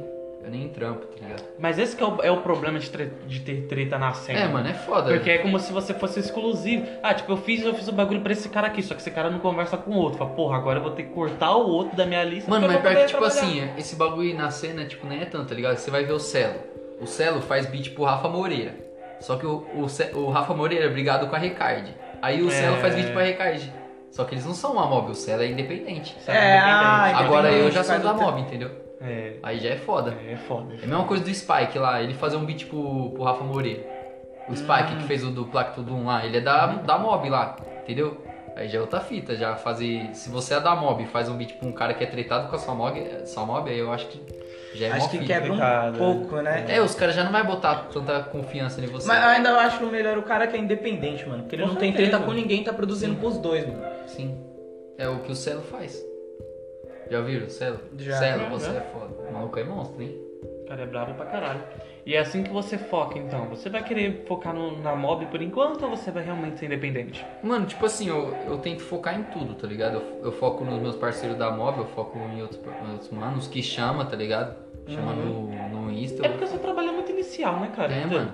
Speaker 3: eu nem trampo, tá ligado?
Speaker 2: Mas esse que é o, é o problema de, tre- de ter treta na cena.
Speaker 3: É, mano, é foda.
Speaker 2: um- Porque é como se você fosse exclusivo. Ah, tipo, eu fiz, eu fiz o bagulho pra esse cara aqui, só que esse cara não conversa com o outro. Fala, porra, agora eu vou ter que cortar o outro da minha lista.
Speaker 3: Mano, mas
Speaker 2: porque eu
Speaker 3: pior que,
Speaker 2: não
Speaker 3: tipo
Speaker 2: vou poder
Speaker 3: assim, esse bagulho aí na cena, tipo, nem é tanto, tá ligado? Você vai ver o Celo. O Celo faz beat pro Rafa Moreira. Só que o, o, Ce- o Rafa Moreira é brigado com a Recard. Aí o
Speaker 2: É.
Speaker 3: Celo faz beat pra Recard. Só que eles não são uma mob, o Celo é independente.
Speaker 2: trabalhar.
Speaker 1: É, ah,
Speaker 2: Independente.
Speaker 3: Agora eu já
Speaker 1: faz
Speaker 3: sou da
Speaker 1: outra-
Speaker 3: mob, entendeu?
Speaker 2: É,
Speaker 3: Aí já é foda.
Speaker 2: é foda.
Speaker 3: É a mesma coisa do Spike lá, ele fazer um beat pro, pro Rafa Moreira. O Spike
Speaker 1: Hum.
Speaker 3: que fez o do Plactodum lá, ele é da, da mob lá, entendeu? Aí já é outra fita, já fazer. Se você é da mob e faz um beat pra um cara que é tretado com a sua mob, sua mob aí eu acho que já é mó
Speaker 1: Acho que
Speaker 3: fita.
Speaker 1: quebra
Speaker 2: complicado,
Speaker 1: um
Speaker 2: é.
Speaker 1: pouco, né?
Speaker 3: É, os caras já não vai botar tanta confiança em você.
Speaker 1: Mas eu ainda acho melhor o cara que é independente, mano. Porque ele
Speaker 2: Com
Speaker 1: não tem
Speaker 2: certeza.
Speaker 1: treta com ninguém, tá produzindo pros dois, mano.
Speaker 3: Sim. É o que o Celo faz. Já viram o Celo?
Speaker 1: Já.
Speaker 3: Celo,
Speaker 2: Já,
Speaker 3: você
Speaker 2: já.
Speaker 3: é foda. O maluco é monstro, hein?
Speaker 2: O cara é brabo pra caralho. E é assim que você foca, então. Você vai querer focar no- na mob por enquanto ou você vai realmente ser independente?
Speaker 3: Mano, tipo assim, eu, eu tento focar em tudo, tá ligado? Eu, eu foco nos meus parceiros da Mob, eu foco em outros, em outros manos que chama, tá ligado? Chama
Speaker 1: Uhum.
Speaker 3: no, no Insta.
Speaker 2: É porque o seu trabalho é muito inicial, né, cara?
Speaker 3: É,
Speaker 2: Então,
Speaker 3: mano.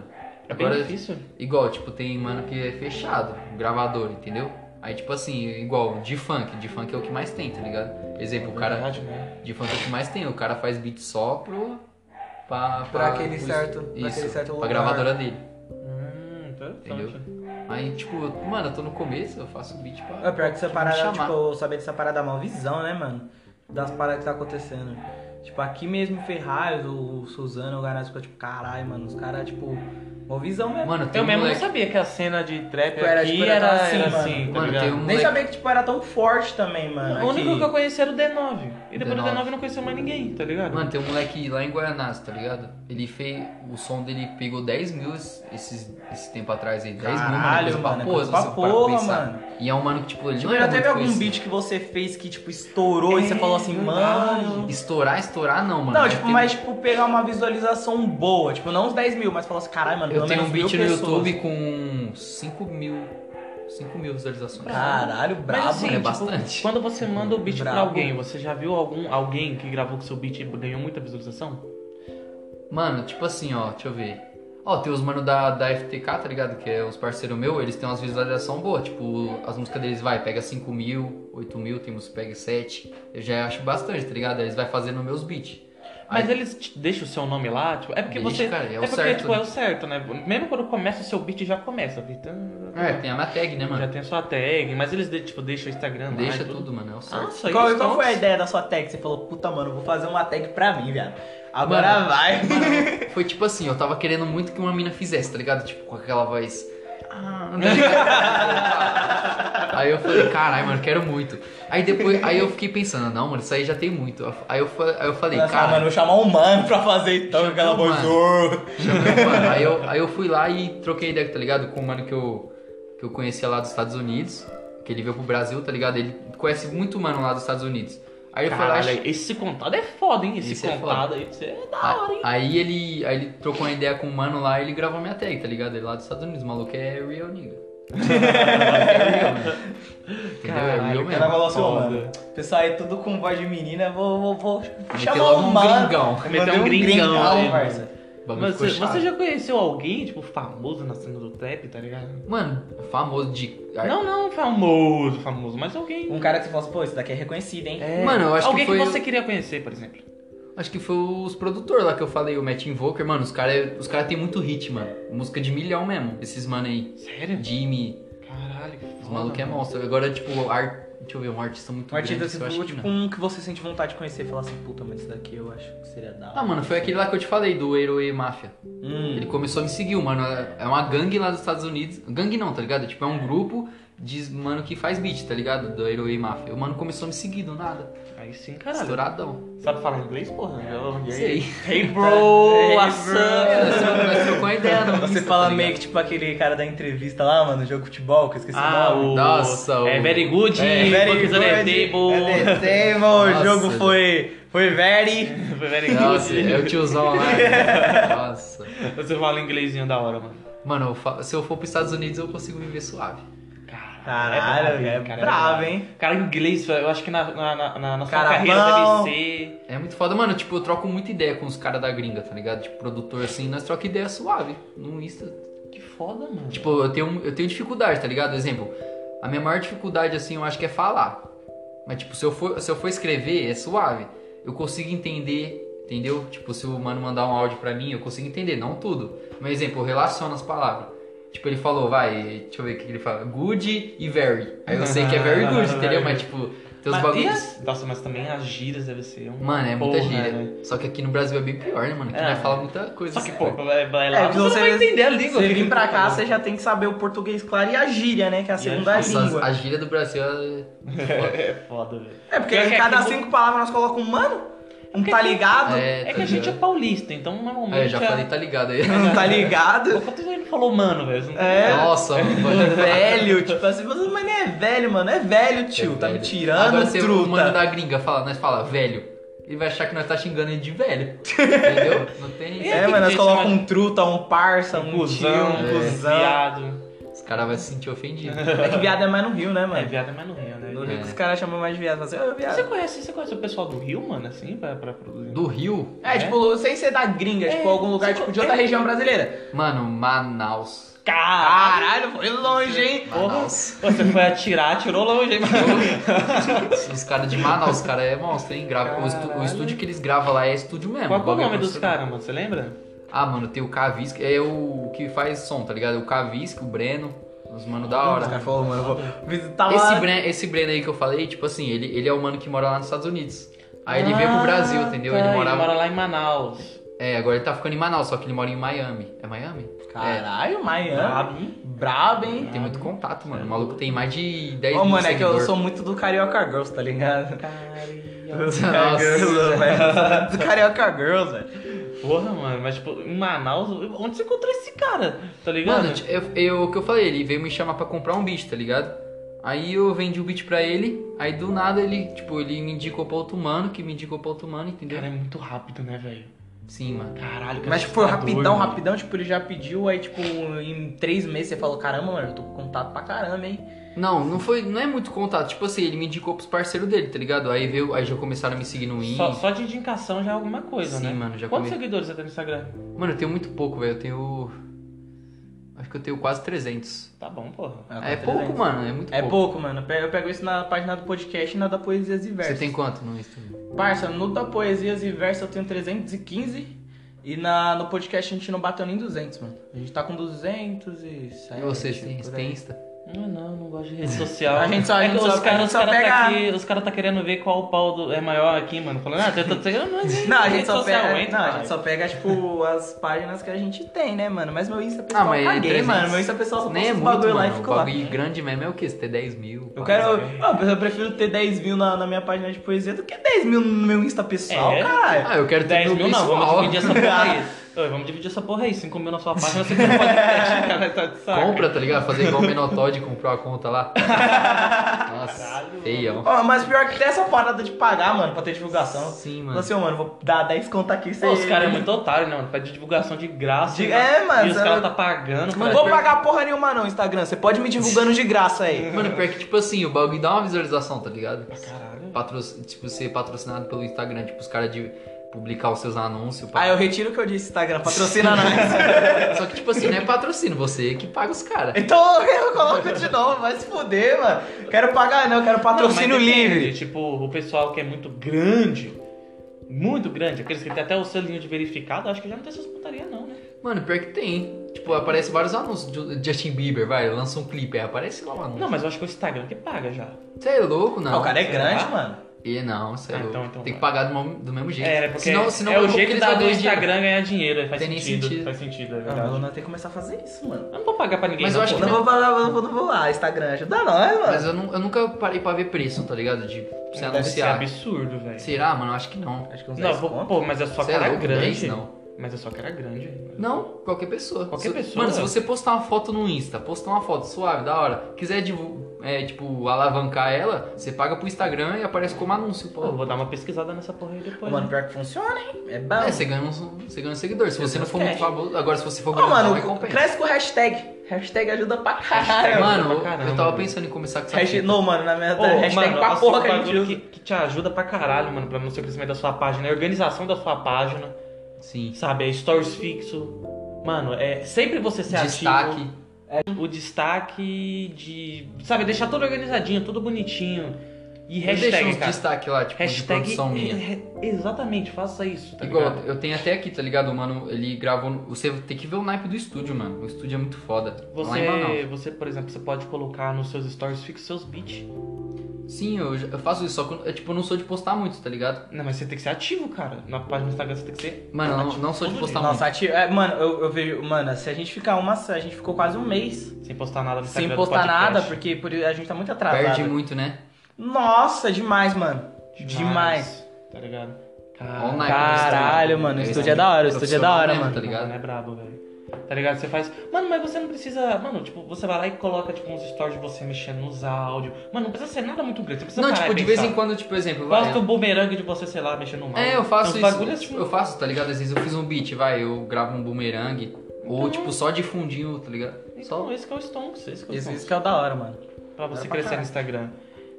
Speaker 2: É bem
Speaker 3: Agora-
Speaker 2: difícil.
Speaker 3: Igual, tipo, tem mano que é fechado, gravador, entendeu? Aí, tipo assim, igual, de funk, de funk é o que mais tem, tá ligado? Exemplo, o cara
Speaker 2: Verdade, né?
Speaker 3: de funk é o que mais tem, o cara faz beat só pro. Pra,
Speaker 1: Pra aquele
Speaker 3: pro-
Speaker 1: certo- pra
Speaker 3: isso,
Speaker 1: aquele certo
Speaker 3: pra
Speaker 1: lugar.
Speaker 3: gravadora dele.
Speaker 2: Hum, interessante.
Speaker 3: Entendeu? Aí, tipo, mano, eu tô no começo, eu faço beat pra.
Speaker 1: É pior que essa
Speaker 3: pra
Speaker 1: parada,
Speaker 3: chamar.
Speaker 1: tipo, eu saber dessa parada é uma visão, né, mano? Das paradas que tá acontecendo. Tipo, aqui mesmo em Ferraz, o Suzano, o Garazzo ficou tipo, caralho, mano, os caras, tipo, uma visão mesmo.
Speaker 3: Mano, tem
Speaker 2: Eu
Speaker 3: um
Speaker 2: mesmo não
Speaker 3: moleque-
Speaker 2: sabia que a cena de trap
Speaker 1: Tipo, era,
Speaker 2: aqui
Speaker 1: tipo,
Speaker 2: era,
Speaker 1: era
Speaker 2: era
Speaker 1: assim,
Speaker 2: assim,
Speaker 1: mano.
Speaker 2: tá
Speaker 3: Mano, um
Speaker 2: ligado?
Speaker 3: tem um
Speaker 1: Nem
Speaker 3: moleque-
Speaker 1: sabia que, tipo, era tão forte também, mano.
Speaker 2: O único
Speaker 1: aqui.
Speaker 2: que eu conheci era o D9. E depois do
Speaker 3: D9.
Speaker 2: D9 eu não conhecia mais ninguém, tá ligado?
Speaker 3: Mano, tem um moleque lá em Guianás, tá ligado? Ele fez. O som dele pegou 10 mil esses, esse tempo atrás aí. 10 mil, mano.
Speaker 1: Caralho,
Speaker 3: Coisa pra
Speaker 1: mano,
Speaker 3: porra,
Speaker 1: coisa pra
Speaker 3: se você parar
Speaker 1: porra,
Speaker 3: pensar.
Speaker 1: mano.
Speaker 3: E é um mano que, tipo, ele
Speaker 1: Tipo,
Speaker 3: não
Speaker 1: já
Speaker 3: era
Speaker 1: teve
Speaker 3: muito
Speaker 1: algum
Speaker 3: conhecido.
Speaker 1: beat que você fez que, tipo, estourou e
Speaker 2: É,
Speaker 1: você falou assim,
Speaker 2: verdade.
Speaker 1: mano.
Speaker 3: Estourar, estourar não, mano. é
Speaker 1: Não,
Speaker 3: Mas
Speaker 1: tipo,
Speaker 3: tem-
Speaker 1: mas, tipo, pegar uma visualização boa. Tipo, não uns 10 mil, mas falar assim, caralho, mano,
Speaker 3: Eu
Speaker 1: pelo
Speaker 3: tenho um
Speaker 1: menos mil
Speaker 3: beat no
Speaker 1: pessoas.
Speaker 3: YouTube com 5 mil. 5 mil visualizações.
Speaker 1: Caralho, brabo, né,
Speaker 2: Mas assim,
Speaker 3: mano, é
Speaker 2: tipo,
Speaker 3: bastante.
Speaker 2: quando você manda o beat
Speaker 1: Brabo.
Speaker 2: pra alguém, você já viu algum, alguém que gravou com seu beat e ganhou muita visualização?
Speaker 3: Mano, tipo assim, ó, deixa eu ver. Ó, tem os mano da, da FTK, tá ligado? Que é os parceiros meu, eles têm umas visualizações boas. Tipo, as músicas deles vai, pega 5 mil, 8 mil, tem música que pega 7. Eu já acho bastante, tá ligado? Eles vai fazendo meus beats.
Speaker 2: Mas eles te deixam o seu nome lá, tipo, é porque
Speaker 3: Deixa,
Speaker 2: você.
Speaker 3: cara, é o
Speaker 2: porque,
Speaker 3: certo,
Speaker 2: tipo,
Speaker 3: né?
Speaker 2: é o certo, né? Mesmo quando começa o seu beat já começa. Então,
Speaker 3: É, tem a minha tag, né,
Speaker 2: já
Speaker 3: mano?
Speaker 2: tem a sua tag, mas eles de- tipo, deixam o Instagram lá e
Speaker 3: Deixa tudo, mano, é o certo.
Speaker 2: Nossa,
Speaker 1: Qual,
Speaker 2: isso
Speaker 1: qual
Speaker 2: tá-
Speaker 1: foi a ideia da sua tag? Você falou, puta, mano, eu vou fazer uma tag pra mim, viado. Agora
Speaker 3: Mano,
Speaker 1: vai.
Speaker 3: Foi tipo assim, eu tava querendo muito que uma mina fizesse, tá ligado? Tipo, com aquela voz. "Ah", aí eu falei, caralho, mano, quero muito. Aí depois, aí eu fiquei pensando, não, mano, isso aí já tem muito. Aí eu, fa- aí eu falei,
Speaker 1: Nossa,
Speaker 3: cara.
Speaker 1: mano, vou chamar um mano pra fazer então
Speaker 3: Chama
Speaker 1: aquela
Speaker 3: um
Speaker 1: voz.
Speaker 3: mano. Chamei o mano. Aí eu, aí eu fui lá e troquei ideia, tá ligado? Com um mano que eu, que eu conhecia lá dos Estados Unidos. Que ele veio pro Brasil, tá ligado? Ele conhece muito mano lá dos Estados Unidos. Aí eu fui lá.
Speaker 2: Caralho, esse contado é foda, hein? Esse
Speaker 3: Esse é
Speaker 2: contado aí, você é da hora, hein?
Speaker 3: a- Aí ele, aí ele trocou uma ideia com um mano lá e ele gravou minha tag, tá ligado? Ele lá dos Estados Unidos, o maluco é real nigga. O maluco é real, mano. Entendeu?
Speaker 2: Caralho,
Speaker 3: é real
Speaker 1: O cara
Speaker 3: mesmo.
Speaker 1: falou assim, ô,
Speaker 2: Foda.
Speaker 1: mano, pessoal aí tudo com voz de menina, vou, vou, vou
Speaker 3: Meteu
Speaker 1: chamar
Speaker 3: logo
Speaker 1: um
Speaker 3: um
Speaker 1: mano.
Speaker 3: gringão.
Speaker 2: Meteu
Speaker 1: Mandei
Speaker 2: um gringão, né?
Speaker 1: parça.
Speaker 3: O bagulho
Speaker 2: Mas
Speaker 3: ficou
Speaker 2: você,
Speaker 3: chato.
Speaker 2: você já conheceu alguém, tipo, famoso na cena do trap, tá ligado?
Speaker 3: Mano, famoso de.
Speaker 2: Não, não famoso, famoso, mas alguém.
Speaker 1: Um cara que você fala assim, pô, esse daqui é reconhecido, hein?
Speaker 2: É,
Speaker 3: Mano, eu acho que
Speaker 2: alguém
Speaker 3: foi
Speaker 2: você queria conhecer, por exemplo.
Speaker 3: Acho que foi os produtores lá que eu falei, o Matt Invoker, mano, os caras os cara tem muito hit, mano. Música de milhão mesmo, esses mano aí.
Speaker 2: Sério?
Speaker 3: Jimmy,
Speaker 2: Caralho, que foda.
Speaker 3: os malucos é
Speaker 2: mano.
Speaker 3: monstro. Agora, tipo, ar... deixa eu ver, um artista muito
Speaker 1: Ah, Um artista
Speaker 3: grande, que eu acho
Speaker 1: tipo,
Speaker 3: que
Speaker 1: tipo
Speaker 3: não.
Speaker 1: um que você sente vontade de conhecer e falar assim, puta, mas esse daqui eu acho que seria da hora.
Speaker 3: Ah, mano, foi aquele lá que eu te falei, do Heroe Mafia.
Speaker 1: Hum.
Speaker 3: Ele começou a me seguir, mano. É uma gangue lá dos Estados Unidos. Gangue não, tá ligado? Tipo, é um grupo de mano que faz beat, tá ligado? Do Heroe Mafia. O mano começou a me seguir do nada.
Speaker 2: Aí sim, caralho.
Speaker 3: Estouradão.
Speaker 2: Sabe falar inglês, porra? Eu- e aí?
Speaker 3: É. Sei.
Speaker 2: Hey, bro,
Speaker 1: Hey,
Speaker 2: what's
Speaker 1: bro.
Speaker 2: up?
Speaker 3: Nós trocou- nós trocou a ideia no
Speaker 1: Você
Speaker 3: Insta,
Speaker 1: fala
Speaker 3: tá
Speaker 1: meio
Speaker 3: ligado?
Speaker 1: que tipo aquele cara da entrevista lá, mano, jogo de futebol, que eu esqueci
Speaker 2: Ah,
Speaker 1: o nome.
Speaker 2: o...
Speaker 3: Nossa,
Speaker 2: É
Speaker 3: o-
Speaker 2: very good,
Speaker 3: É,
Speaker 2: very good,
Speaker 1: good,
Speaker 2: on the table.
Speaker 1: at the table,
Speaker 3: Nossa.
Speaker 1: o jogo foi, foi very...
Speaker 2: Foi very
Speaker 3: Nossa,
Speaker 2: good.
Speaker 3: é o tiozão lá. né? Nossa.
Speaker 2: Você fala inglesinho da hora, mano.
Speaker 3: Mano, eu fa- se eu for pros Estados Unidos, eu consigo viver suave.
Speaker 1: Caralho,
Speaker 2: bravo,
Speaker 1: é
Speaker 2: cara,
Speaker 1: bravo, hein?
Speaker 2: Cara, inglês, eu acho que na, na, na, na- na sua
Speaker 1: Carabão.
Speaker 2: carreira deve ser.
Speaker 3: É muito foda, mano. Tipo, eu troco muita ideia com os caras da gringa, tá ligado? Tipo, produtor assim, nós troca ideia suave no Insta.
Speaker 2: Que foda, mano.
Speaker 3: Tipo, eu tenho, eu tenho dificuldade, tá ligado? Exemplo, a minha maior dificuldade, assim, eu acho que é falar. Mas, tipo, se eu for, se eu for escrever, é suave. Eu consigo entender, entendeu? Tipo, se o mano mandar um áudio pra mim, eu consigo entender, não tudo. Mas, exemplo, eu relaciono as palavras. Tipo, ele falou, vai, deixa eu ver o que que ele fala. Good e very. Aí eu sei que é very good, entendeu? Mas, tipo, tem os
Speaker 2: Mas
Speaker 3: bagulhos.
Speaker 2: tem as- Nossa, mas também as gírias deve ser um.
Speaker 3: Mano, é muita
Speaker 2: porra,
Speaker 3: gíria.
Speaker 2: né?
Speaker 3: Só que aqui no Brasil é bem pior, né, mano? Que
Speaker 2: É.
Speaker 3: nós fala muita coisa.
Speaker 2: Só que,
Speaker 3: assim,
Speaker 2: pô,
Speaker 3: cara.
Speaker 2: vai, vai lá.
Speaker 1: É, porque
Speaker 2: você não vai
Speaker 1: você-
Speaker 2: entender a língua.
Speaker 1: Você
Speaker 2: que-
Speaker 1: vir pra cá,
Speaker 2: que-
Speaker 1: você já tem que saber o português claro e a gíria, né? Que é a
Speaker 2: E a
Speaker 1: segunda
Speaker 2: gíria.
Speaker 3: Nossa,
Speaker 1: língua.
Speaker 3: a gíria do Brasil é. foda.
Speaker 2: É foda, velho.
Speaker 1: É, porque
Speaker 2: Pior que
Speaker 1: em cada
Speaker 2: aqui no-
Speaker 1: cinco palavras nós colocamos um mano, um
Speaker 2: Porque
Speaker 1: tá
Speaker 2: aqui-
Speaker 1: ligado,
Speaker 3: É,
Speaker 2: É
Speaker 3: tá
Speaker 2: que a gente é
Speaker 3: ligado?
Speaker 2: paulista, então normalmente.
Speaker 3: É, já
Speaker 2: a-
Speaker 3: falei, tá ligado aí.
Speaker 1: um tá ligado,
Speaker 2: Quanto ele falou, mano, velho? Você não-
Speaker 1: É.
Speaker 3: Nossa, mano.
Speaker 1: um
Speaker 3: pode-
Speaker 1: velho, tipo assim, você- mas não é velho, mano, é velho, tio,
Speaker 3: É
Speaker 1: tá me
Speaker 3: velho.
Speaker 1: tirando,
Speaker 3: Agora, se o mano
Speaker 1: truta.
Speaker 3: da gringa fala, nós fala velho, ele vai achar que nós tá xingando ele de velho. Entendeu? Não tem.
Speaker 1: É,
Speaker 2: que
Speaker 1: mano, nós
Speaker 2: gente
Speaker 1: colocamos
Speaker 2: chama-
Speaker 1: um truta, um parça, um
Speaker 2: Cusão,
Speaker 1: tio, um
Speaker 3: é.
Speaker 1: cuzão.
Speaker 2: viado.
Speaker 3: Os caras vão se sentir ofendidos.
Speaker 1: É que viado é mais no Rio, né,
Speaker 2: É,
Speaker 1: mano?
Speaker 2: viado é mais no Rio, né?
Speaker 1: No Rio que
Speaker 3: É.
Speaker 1: os caras chamam mais de viado, falam assim, ô
Speaker 2: Você
Speaker 1: viado.
Speaker 2: conhece, você conhece o pessoal do Rio, mano, assim, pra, pra produzir?
Speaker 3: Do Rio,
Speaker 1: É, tipo, sem ser da gringa, tipo,
Speaker 2: É,
Speaker 1: algum lugar,
Speaker 2: você-
Speaker 1: tipo, de outra
Speaker 2: é.
Speaker 1: região brasileira.
Speaker 3: mano, Manaus.
Speaker 2: Caralho!
Speaker 1: Caralho, foi longe,
Speaker 3: Ah,
Speaker 1: hein?
Speaker 3: Manaus.
Speaker 2: Você foi atirar, atirou longe, hein, mano?
Speaker 3: Os caras de Manaus, os caras é monstro, hein? Grava, o, estu- o
Speaker 2: Caralho.
Speaker 3: estúdio que eles gravam lá é estúdio mesmo.
Speaker 2: Qual que é o
Speaker 3: bagulho
Speaker 2: nome dos
Speaker 3: profissional.
Speaker 2: caras, mano? Você lembra?
Speaker 3: Ah, mano, tem o Kavisk, é o que faz som, tá ligado? O Kavisk, o Breno, os mano da hora.
Speaker 1: Os caras falaram, mano, eu vou visitar lá.
Speaker 3: Esse Breno, esse Breno aí que eu falei, tipo assim, ele, ele é o mano que mora lá nos Estados Unidos. Aí ele veio pro Brasil,
Speaker 2: Ah,
Speaker 3: entendeu?
Speaker 2: tá,
Speaker 3: Ele morava.
Speaker 2: mora lá em Manaus.
Speaker 3: É, agora ele tá ficando em Manaus, só que ele mora em Miami. É Miami?
Speaker 1: Caralho, Miami.
Speaker 2: Brabo, hein?
Speaker 1: É. Brabo, hein?
Speaker 3: Tem muito contato, mano. O maluco tem mais de 10
Speaker 1: Ô,
Speaker 3: mil
Speaker 1: mano, é que eu
Speaker 3: seguidor.
Speaker 1: sou muito do Carioca Girls, tá ligado?
Speaker 2: Caralho.
Speaker 1: Carioca Girls, velho. Do Carioca Girls, velho.
Speaker 2: Porra, mano, mas tipo, em Manaus, onde você encontrou esse cara? Tá
Speaker 1: um
Speaker 2: ligado?
Speaker 3: Mano, eu, eu- o que eu falei, ele veio me chamar pra comprar um beat, tá ligado? Aí eu vendi o beat pra ele, aí do nada ele, tipo, ele me indicou pra outro mano, que me indicou pra outro mano, entendeu?
Speaker 2: cara, é muito rápido, né, velho?
Speaker 3: Sim, mano.
Speaker 2: Caralho, tá que
Speaker 1: Mas tipo, foi
Speaker 2: assustador,
Speaker 1: rapidão,
Speaker 2: mano.
Speaker 1: rapidão, tipo, ele já pediu, aí tipo, em três meses você falou, caramba, mano, eu tô com contato pra caramba, hein?
Speaker 3: Não, não foi, não é muito contato. Tipo assim, ele me indicou pros parceiros dele, tá ligado? Aí veio, aí já começaram a me seguir no Insta.
Speaker 2: Só, só de indicação já é alguma coisa,
Speaker 3: Sim,
Speaker 2: né?
Speaker 3: mano, já
Speaker 2: Quantos
Speaker 3: come-
Speaker 2: seguidores você tem no Instagram?
Speaker 3: Mano, eu tenho muito pouco, velho. Eu tenho. Acho que eu tenho quase 300.
Speaker 2: Tá bom, porra.
Speaker 3: é pouco, mano. É muito
Speaker 1: Ah, É pouco, mano. Eu pego- Eu pego isso na página do podcast e na da Poesias e Versos.
Speaker 3: Você tem quanto no Insta?
Speaker 1: Parça, no da Poesias e Versos eu tenho 315 e na, no podcast a gente não bateu nem 200, mano. A gente tá com 207.
Speaker 3: E você tem,
Speaker 1: Tá por aí.
Speaker 3: tem Insta?
Speaker 2: Não, Ah, não, não gosto de rede social.
Speaker 1: A gente só- a
Speaker 2: é
Speaker 1: gente
Speaker 2: que
Speaker 1: só- a
Speaker 2: os caras
Speaker 1: gente
Speaker 2: os
Speaker 1: só
Speaker 2: cara tá
Speaker 1: pega-
Speaker 2: aqui, os cara tá querendo ver qual pau do- é maior aqui, mano. Falando, ah, tem tanto Eu
Speaker 1: Não,
Speaker 2: não,
Speaker 1: a gente
Speaker 2: rede
Speaker 1: só
Speaker 2: social,
Speaker 1: pega,
Speaker 2: entra,
Speaker 1: não, a
Speaker 2: pai.
Speaker 1: gente só pega tipo as páginas que a gente tem, né, mano? Mas meu Insta
Speaker 3: Ah,
Speaker 1: pessoal,
Speaker 3: mas.
Speaker 1: caguei,
Speaker 3: 300.
Speaker 1: mano. Meu Insta pessoal só
Speaker 3: Nem é
Speaker 1: posta os
Speaker 3: muito,
Speaker 1: bagulho lá e
Speaker 3: mano.
Speaker 1: fica
Speaker 3: O
Speaker 1: lá.
Speaker 3: bagulho grande mesmo é o quê? Você ter 10 mil.
Speaker 1: Eu
Speaker 3: pá.
Speaker 1: quero, Ó, eu prefiro ter 10 mil na, na minha página de poesia do que 10 mil no meu Insta pessoal,
Speaker 2: É?
Speaker 1: caralho.
Speaker 3: Ah, eu quero ter
Speaker 2: 10
Speaker 3: meu
Speaker 2: mil não, vamos
Speaker 3: pessoal.
Speaker 2: dividir essa porra aí. Ô, vamos dividir essa porra aí. 5 mil na sua página, você não pode cara, tá de saco.
Speaker 3: Compra, tá ligado? Fazer igual o Menotod e comprar a conta lá. Nossa,
Speaker 2: Caralho,
Speaker 3: feião.
Speaker 1: Ó, mas pior que tem essa parada de pagar, mano, pra ter divulgação.
Speaker 3: Sim,
Speaker 1: Fala
Speaker 3: mano.
Speaker 1: assim, ô, mano, vou dar 10 conto aqui, você...
Speaker 2: Pô, os caras é muito otário, né, mano? Pede divulgação de graça.
Speaker 1: De-
Speaker 2: né?
Speaker 1: é, mano,
Speaker 2: E os
Speaker 1: você-
Speaker 2: caras tá pagando.
Speaker 1: Não
Speaker 2: cara.
Speaker 1: vou pagar porra nenhuma não, Instagram. Você pode me divulgando de graça aí.
Speaker 3: Mano, pior que, tipo assim, o bagulho dá uma visualização, tá ligado?
Speaker 2: Caralho.
Speaker 3: Patro... Tipo, ser patrocinado pelo Instagram, tipo, os caras de publicar os seus anúncios. pá.
Speaker 1: Ah, eu retiro o que eu disse, Instagram. Patrocina nós.
Speaker 3: Só que, tipo assim, não é patrocínio, você que paga os caras.
Speaker 1: Então eu coloco de novo, vai se fuder, mano. Quero pagar não, quero patrocínio
Speaker 2: Não, mas depende,
Speaker 1: livre.
Speaker 2: Tipo, o pessoal que é muito grande. muito grande, aqueles que tem até o selinho de verificado, acho que já não tem essas putaria não, né?
Speaker 3: Mano, pior que tem. Tipo, aparece vários anúncios de um, Justin Bieber, vai, lança um clipe, aí aparece lá o anúncio.
Speaker 2: Não, mas eu acho que o Instagram que paga já.
Speaker 3: Você é louco, não.
Speaker 1: Ah, o cara é
Speaker 2: Será?
Speaker 1: grande, mano.
Speaker 3: E não, você é
Speaker 2: Ah,
Speaker 3: louco.
Speaker 2: então- então
Speaker 3: Tem que
Speaker 2: vai.
Speaker 3: pagar do, mo- do mesmo jeito.
Speaker 2: É, né? porque
Speaker 3: senão, senão
Speaker 2: é o
Speaker 3: como que
Speaker 2: jeito
Speaker 3: eles
Speaker 2: da,
Speaker 3: vão
Speaker 2: do
Speaker 3: ganhar dinheiro?
Speaker 2: Instagram ganhar dinheiro, aí faz
Speaker 3: Tem nem
Speaker 2: sentido,
Speaker 3: sentido.
Speaker 2: Faz sentido, é
Speaker 1: Não,
Speaker 2: verdade.
Speaker 1: Ah, não, não tem que começar a fazer isso, mano.
Speaker 2: Eu não vou pagar pra ninguém,
Speaker 3: Mas
Speaker 2: não,
Speaker 3: eu acho
Speaker 2: pô.
Speaker 3: que
Speaker 1: Não vou, falar, não, vou, não vou lá, Instagram, ajuda nós, mano.
Speaker 3: Mas eu, nu- eu nunca parei pra ver preço, tá ligado? De você
Speaker 2: Deve ser
Speaker 3: anunciar.
Speaker 2: absurdo, velho.
Speaker 3: Será, mano? Eu Acho que não.
Speaker 1: Acho que uns
Speaker 2: Não,
Speaker 1: 10
Speaker 2: vou,
Speaker 1: conto.
Speaker 2: pô, mas é só
Speaker 3: é Você é
Speaker 2: cara
Speaker 3: louco,
Speaker 2: grande.
Speaker 3: 10 não.
Speaker 2: Mas é só cara grande.
Speaker 3: Não, qualquer pessoa.
Speaker 2: Qualquer
Speaker 3: Se-
Speaker 2: pessoa.
Speaker 3: Mano, se você postar uma foto no Insta, postar uma foto suave, da hora, quiser, divu- é, tipo, alavancar ela, você paga pro Instagram e aparece como anúncio,
Speaker 2: Pô, eu
Speaker 3: pô.
Speaker 2: vou dar uma pesquisada nessa porra aí depois.
Speaker 1: Mano,
Speaker 2: né?
Speaker 1: pior que funciona, hein? É bom.
Speaker 3: É, você ganha, um, você ganha um seguidor. Se você não for muito
Speaker 1: Cash.
Speaker 3: famoso, agora se você for
Speaker 1: Ô,
Speaker 3: grandão, aí
Speaker 1: mano,
Speaker 3: compensa.
Speaker 1: cresce com hashtag. Hashtag ajuda pra caralho.
Speaker 3: Mano,
Speaker 2: É, pra caramba,
Speaker 3: eu tava
Speaker 2: velho.
Speaker 3: pensando em começar com essa
Speaker 1: Hashtag,
Speaker 3: fita.
Speaker 1: não, mano, na minha
Speaker 2: Ô,
Speaker 1: hashtag
Speaker 2: mano,
Speaker 1: pra
Speaker 2: assim,
Speaker 1: porra que
Speaker 2: um
Speaker 1: a gente
Speaker 2: bagulho
Speaker 1: usa.
Speaker 2: que, que te ajuda pra caralho, mano, pra no seu crescimento da sua página, a organização da sua página,
Speaker 3: Sim.
Speaker 2: sabe? É stories fixo. Mano, é sempre você tipo ser
Speaker 3: Destaque.
Speaker 2: ativo. O destaque de. Sabe, deixar tudo organizadinho, tudo bonitinho. E
Speaker 3: Eu deixo
Speaker 2: hashtag,
Speaker 3: uns
Speaker 2: cara.
Speaker 3: destaque lá, tipo, de
Speaker 2: Hashtag.
Speaker 3: produção minha.
Speaker 2: é- é- Exatamente, faça isso, tá
Speaker 3: Igual,
Speaker 2: ligado?
Speaker 3: eu tenho até aqui, tá ligado? O Mano, ele gravou. no- Você tem que ver o naipe do estúdio, mano. O estúdio é muito foda. Não é mal,
Speaker 2: Você, você, por exemplo, você pode colocar nos seus stories fixos seus beats.
Speaker 3: não. Sim, eu, já- eu faço isso, só que eu, tipo, eu não sou de postar muito, tá ligado?
Speaker 2: Não, mas você tem que ser ativo, cara. Na página do Instagram você tem que ser.
Speaker 3: Mano, eu não,
Speaker 2: ativo
Speaker 3: não sou de
Speaker 2: todo
Speaker 3: postar
Speaker 1: Nossa, ativo. É, mano, eu, eu vejo. Mano, se a gente ficar uma. A gente ficou quase um mês
Speaker 2: dia. Sem postar nada no Instagram.
Speaker 1: sem
Speaker 2: do
Speaker 1: postar
Speaker 2: podcast.
Speaker 1: nada, porque por- a gente tá muito
Speaker 3: muito.
Speaker 1: atrasado.
Speaker 3: Perde muito, né?
Speaker 1: Nossa, demais, mano. Demais.
Speaker 2: Tá ligado?
Speaker 3: Ó o naipe do
Speaker 1: Ah, Caralho,
Speaker 3: estúdio.
Speaker 1: mano, o
Speaker 3: Eles
Speaker 1: estúdio
Speaker 3: são
Speaker 1: é da hora, o estúdio é da hora,
Speaker 3: né? profissional
Speaker 1: mano.
Speaker 3: mesmo, Tá
Speaker 2: Mano, é
Speaker 3: ligado?
Speaker 2: brabo, velho. Tá ligado? Você faz. Mano, mas você não precisa. Mano, tipo, você vai lá e coloca, tipo, uns stories de você mexendo nos áudios. Mano, não precisa ser nada muito grande. Você precisa
Speaker 3: Não,
Speaker 2: parar
Speaker 3: tipo,
Speaker 2: e
Speaker 3: de vez em
Speaker 1: então.
Speaker 2: pensar.
Speaker 3: quando, tipo, exemplo, vai.
Speaker 2: Posta o bumerangue de você, sei lá, mexendo no mouse.
Speaker 3: É, eu faço
Speaker 2: Uns
Speaker 3: isso.
Speaker 2: bagulho assim.
Speaker 3: Eu faço, tá ligado? Às vezes eu fiz um beat, vai, eu gravo um boomerang. Ou,
Speaker 2: Então-
Speaker 3: tipo, só de fundinho, tá ligado? Só.
Speaker 2: Então, esse que é o Stonks. Esse que é o
Speaker 1: Isso,
Speaker 2: Stonks.
Speaker 1: isso que é o da hora, mano.
Speaker 2: Pra você
Speaker 1: Era pra
Speaker 2: crescer no
Speaker 1: caralho.
Speaker 2: Instagram.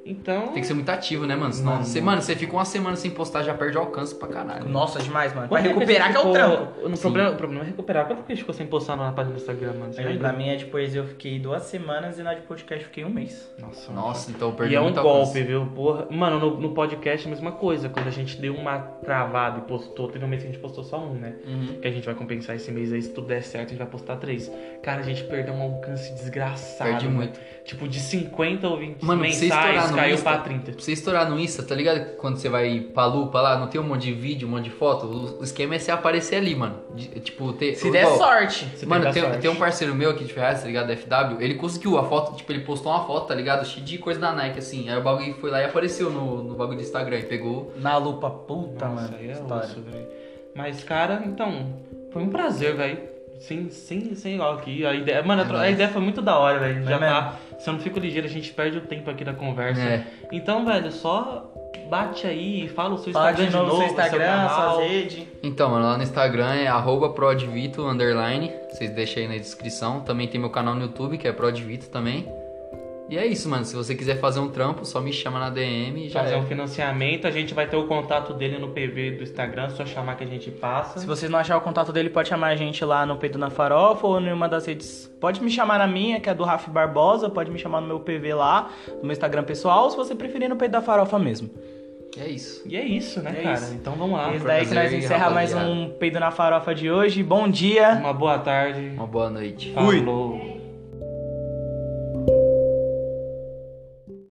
Speaker 2: Então.
Speaker 3: Tem que ser muito ativo, né, mano? Senão,
Speaker 1: Mano.
Speaker 3: você, mano, você fica uma semana sem postar, já perde alcance pra caralho.
Speaker 1: Nossa, demais, mano. Pra
Speaker 2: Quanto tempo
Speaker 1: recuperar que é
Speaker 2: você
Speaker 1: o
Speaker 2: ficou-
Speaker 1: trampo.
Speaker 2: No
Speaker 3: Sim.
Speaker 2: problema, o problema é recuperar. Quanto que a gente ficou sem postar na página do Instagram, mano? Você
Speaker 1: Aí,
Speaker 2: lembra?
Speaker 1: Pra mim é de poesia, eu fiquei duas semanas e na de podcast eu fiquei um mês.
Speaker 2: Nossa, mano.
Speaker 3: Nossa, então eu perdi
Speaker 2: E é um
Speaker 3: muito
Speaker 2: golpe,
Speaker 3: alcance.
Speaker 2: viu? Porra. Mano, no, no podcast é a mesma coisa. Quando a gente deu uma travada e postou, teve um mês que a gente postou só um, né?
Speaker 3: Uhum.
Speaker 2: Que a gente vai compensar esse mês aí, se tudo der certo, a gente vai postar três. Cara, a gente perdeu um alcance desgraçado.
Speaker 1: tá,
Speaker 3: Perdi
Speaker 2: mano.
Speaker 3: muito.
Speaker 2: Tipo, de 50 ou 20
Speaker 3: Mano, pra você estourar
Speaker 2: mensais,
Speaker 3: no
Speaker 2: caiu
Speaker 3: Insta-
Speaker 2: pra 30.
Speaker 3: Pra você estourar no Insta, tá ligado? Quando você vai pra lupa lá, não tem um monte de vídeo, um monte de foto. O- O esquema é você aparecer ali, mano. De- tipo, ter.
Speaker 1: Se der
Speaker 3: igual-
Speaker 1: sorte.
Speaker 2: Você
Speaker 3: Mano,
Speaker 2: que dar
Speaker 3: tem,
Speaker 2: sorte.
Speaker 3: tem um parceiro meu aqui de Ferraz, tá ligado? FW, ele conseguiu a foto, tipo, ele postou uma foto, tá ligado? Cheio de coisa da Nike, assim. Aí o bagulho foi lá e apareceu no, no bagulho do Instagram e pegou.
Speaker 1: Na lupa, puta,
Speaker 2: Nossa,
Speaker 1: mano.
Speaker 2: aí é
Speaker 1: história.
Speaker 2: osso, velho. Mas, cara, então, foi um prazer, velho. Sem, sem, sem igual aqui. A ideia, mano, a tro- a,
Speaker 3: É nóis.
Speaker 2: ideia foi muito da hora, velho.
Speaker 1: Foi
Speaker 2: Já tá. Se eu não fico ligeiro, a gente perde o tempo aqui da conversa.
Speaker 3: É.
Speaker 2: Então, velho, só bate aí e fala o seu
Speaker 1: Fala
Speaker 2: Instagram
Speaker 1: de novo seu Instagram,
Speaker 2: canal.
Speaker 1: suas redes.
Speaker 3: Então, mano, lá no Instagram é arroba prodvito, underline. Vocês deixam aí na descrição. Também tem meu canal no YouTube, que é prodvito também. E é isso, mano. Se você quiser fazer um trampo, só me chama na DM e já
Speaker 2: Fazer
Speaker 3: é.
Speaker 2: um financiamento, a gente vai ter o contato dele no PV do Instagram, só chamar que a gente
Speaker 1: Se
Speaker 2: passa.
Speaker 1: vocês não acharem o contato dele, pode chamar a gente lá no Peito na Farofa ou em uma das redes. Pode me chamar na minha, que é do Rafa Barbosa, pode me chamar no meu PV lá, no meu Instagram pessoal, ou se você preferir no Peito da Farofa mesmo.
Speaker 3: É isso.
Speaker 2: E é isso, né,
Speaker 1: É
Speaker 2: cara?
Speaker 1: isso.
Speaker 2: Então vamos lá.
Speaker 1: é isso daí que nós
Speaker 3: prazer,
Speaker 1: encerra mais
Speaker 3: rapaziada.
Speaker 1: um Peito na Farofa de hoje. Bom dia!
Speaker 2: Uma boa tarde.
Speaker 3: Uma boa noite.
Speaker 1: Fui.
Speaker 2: Falou.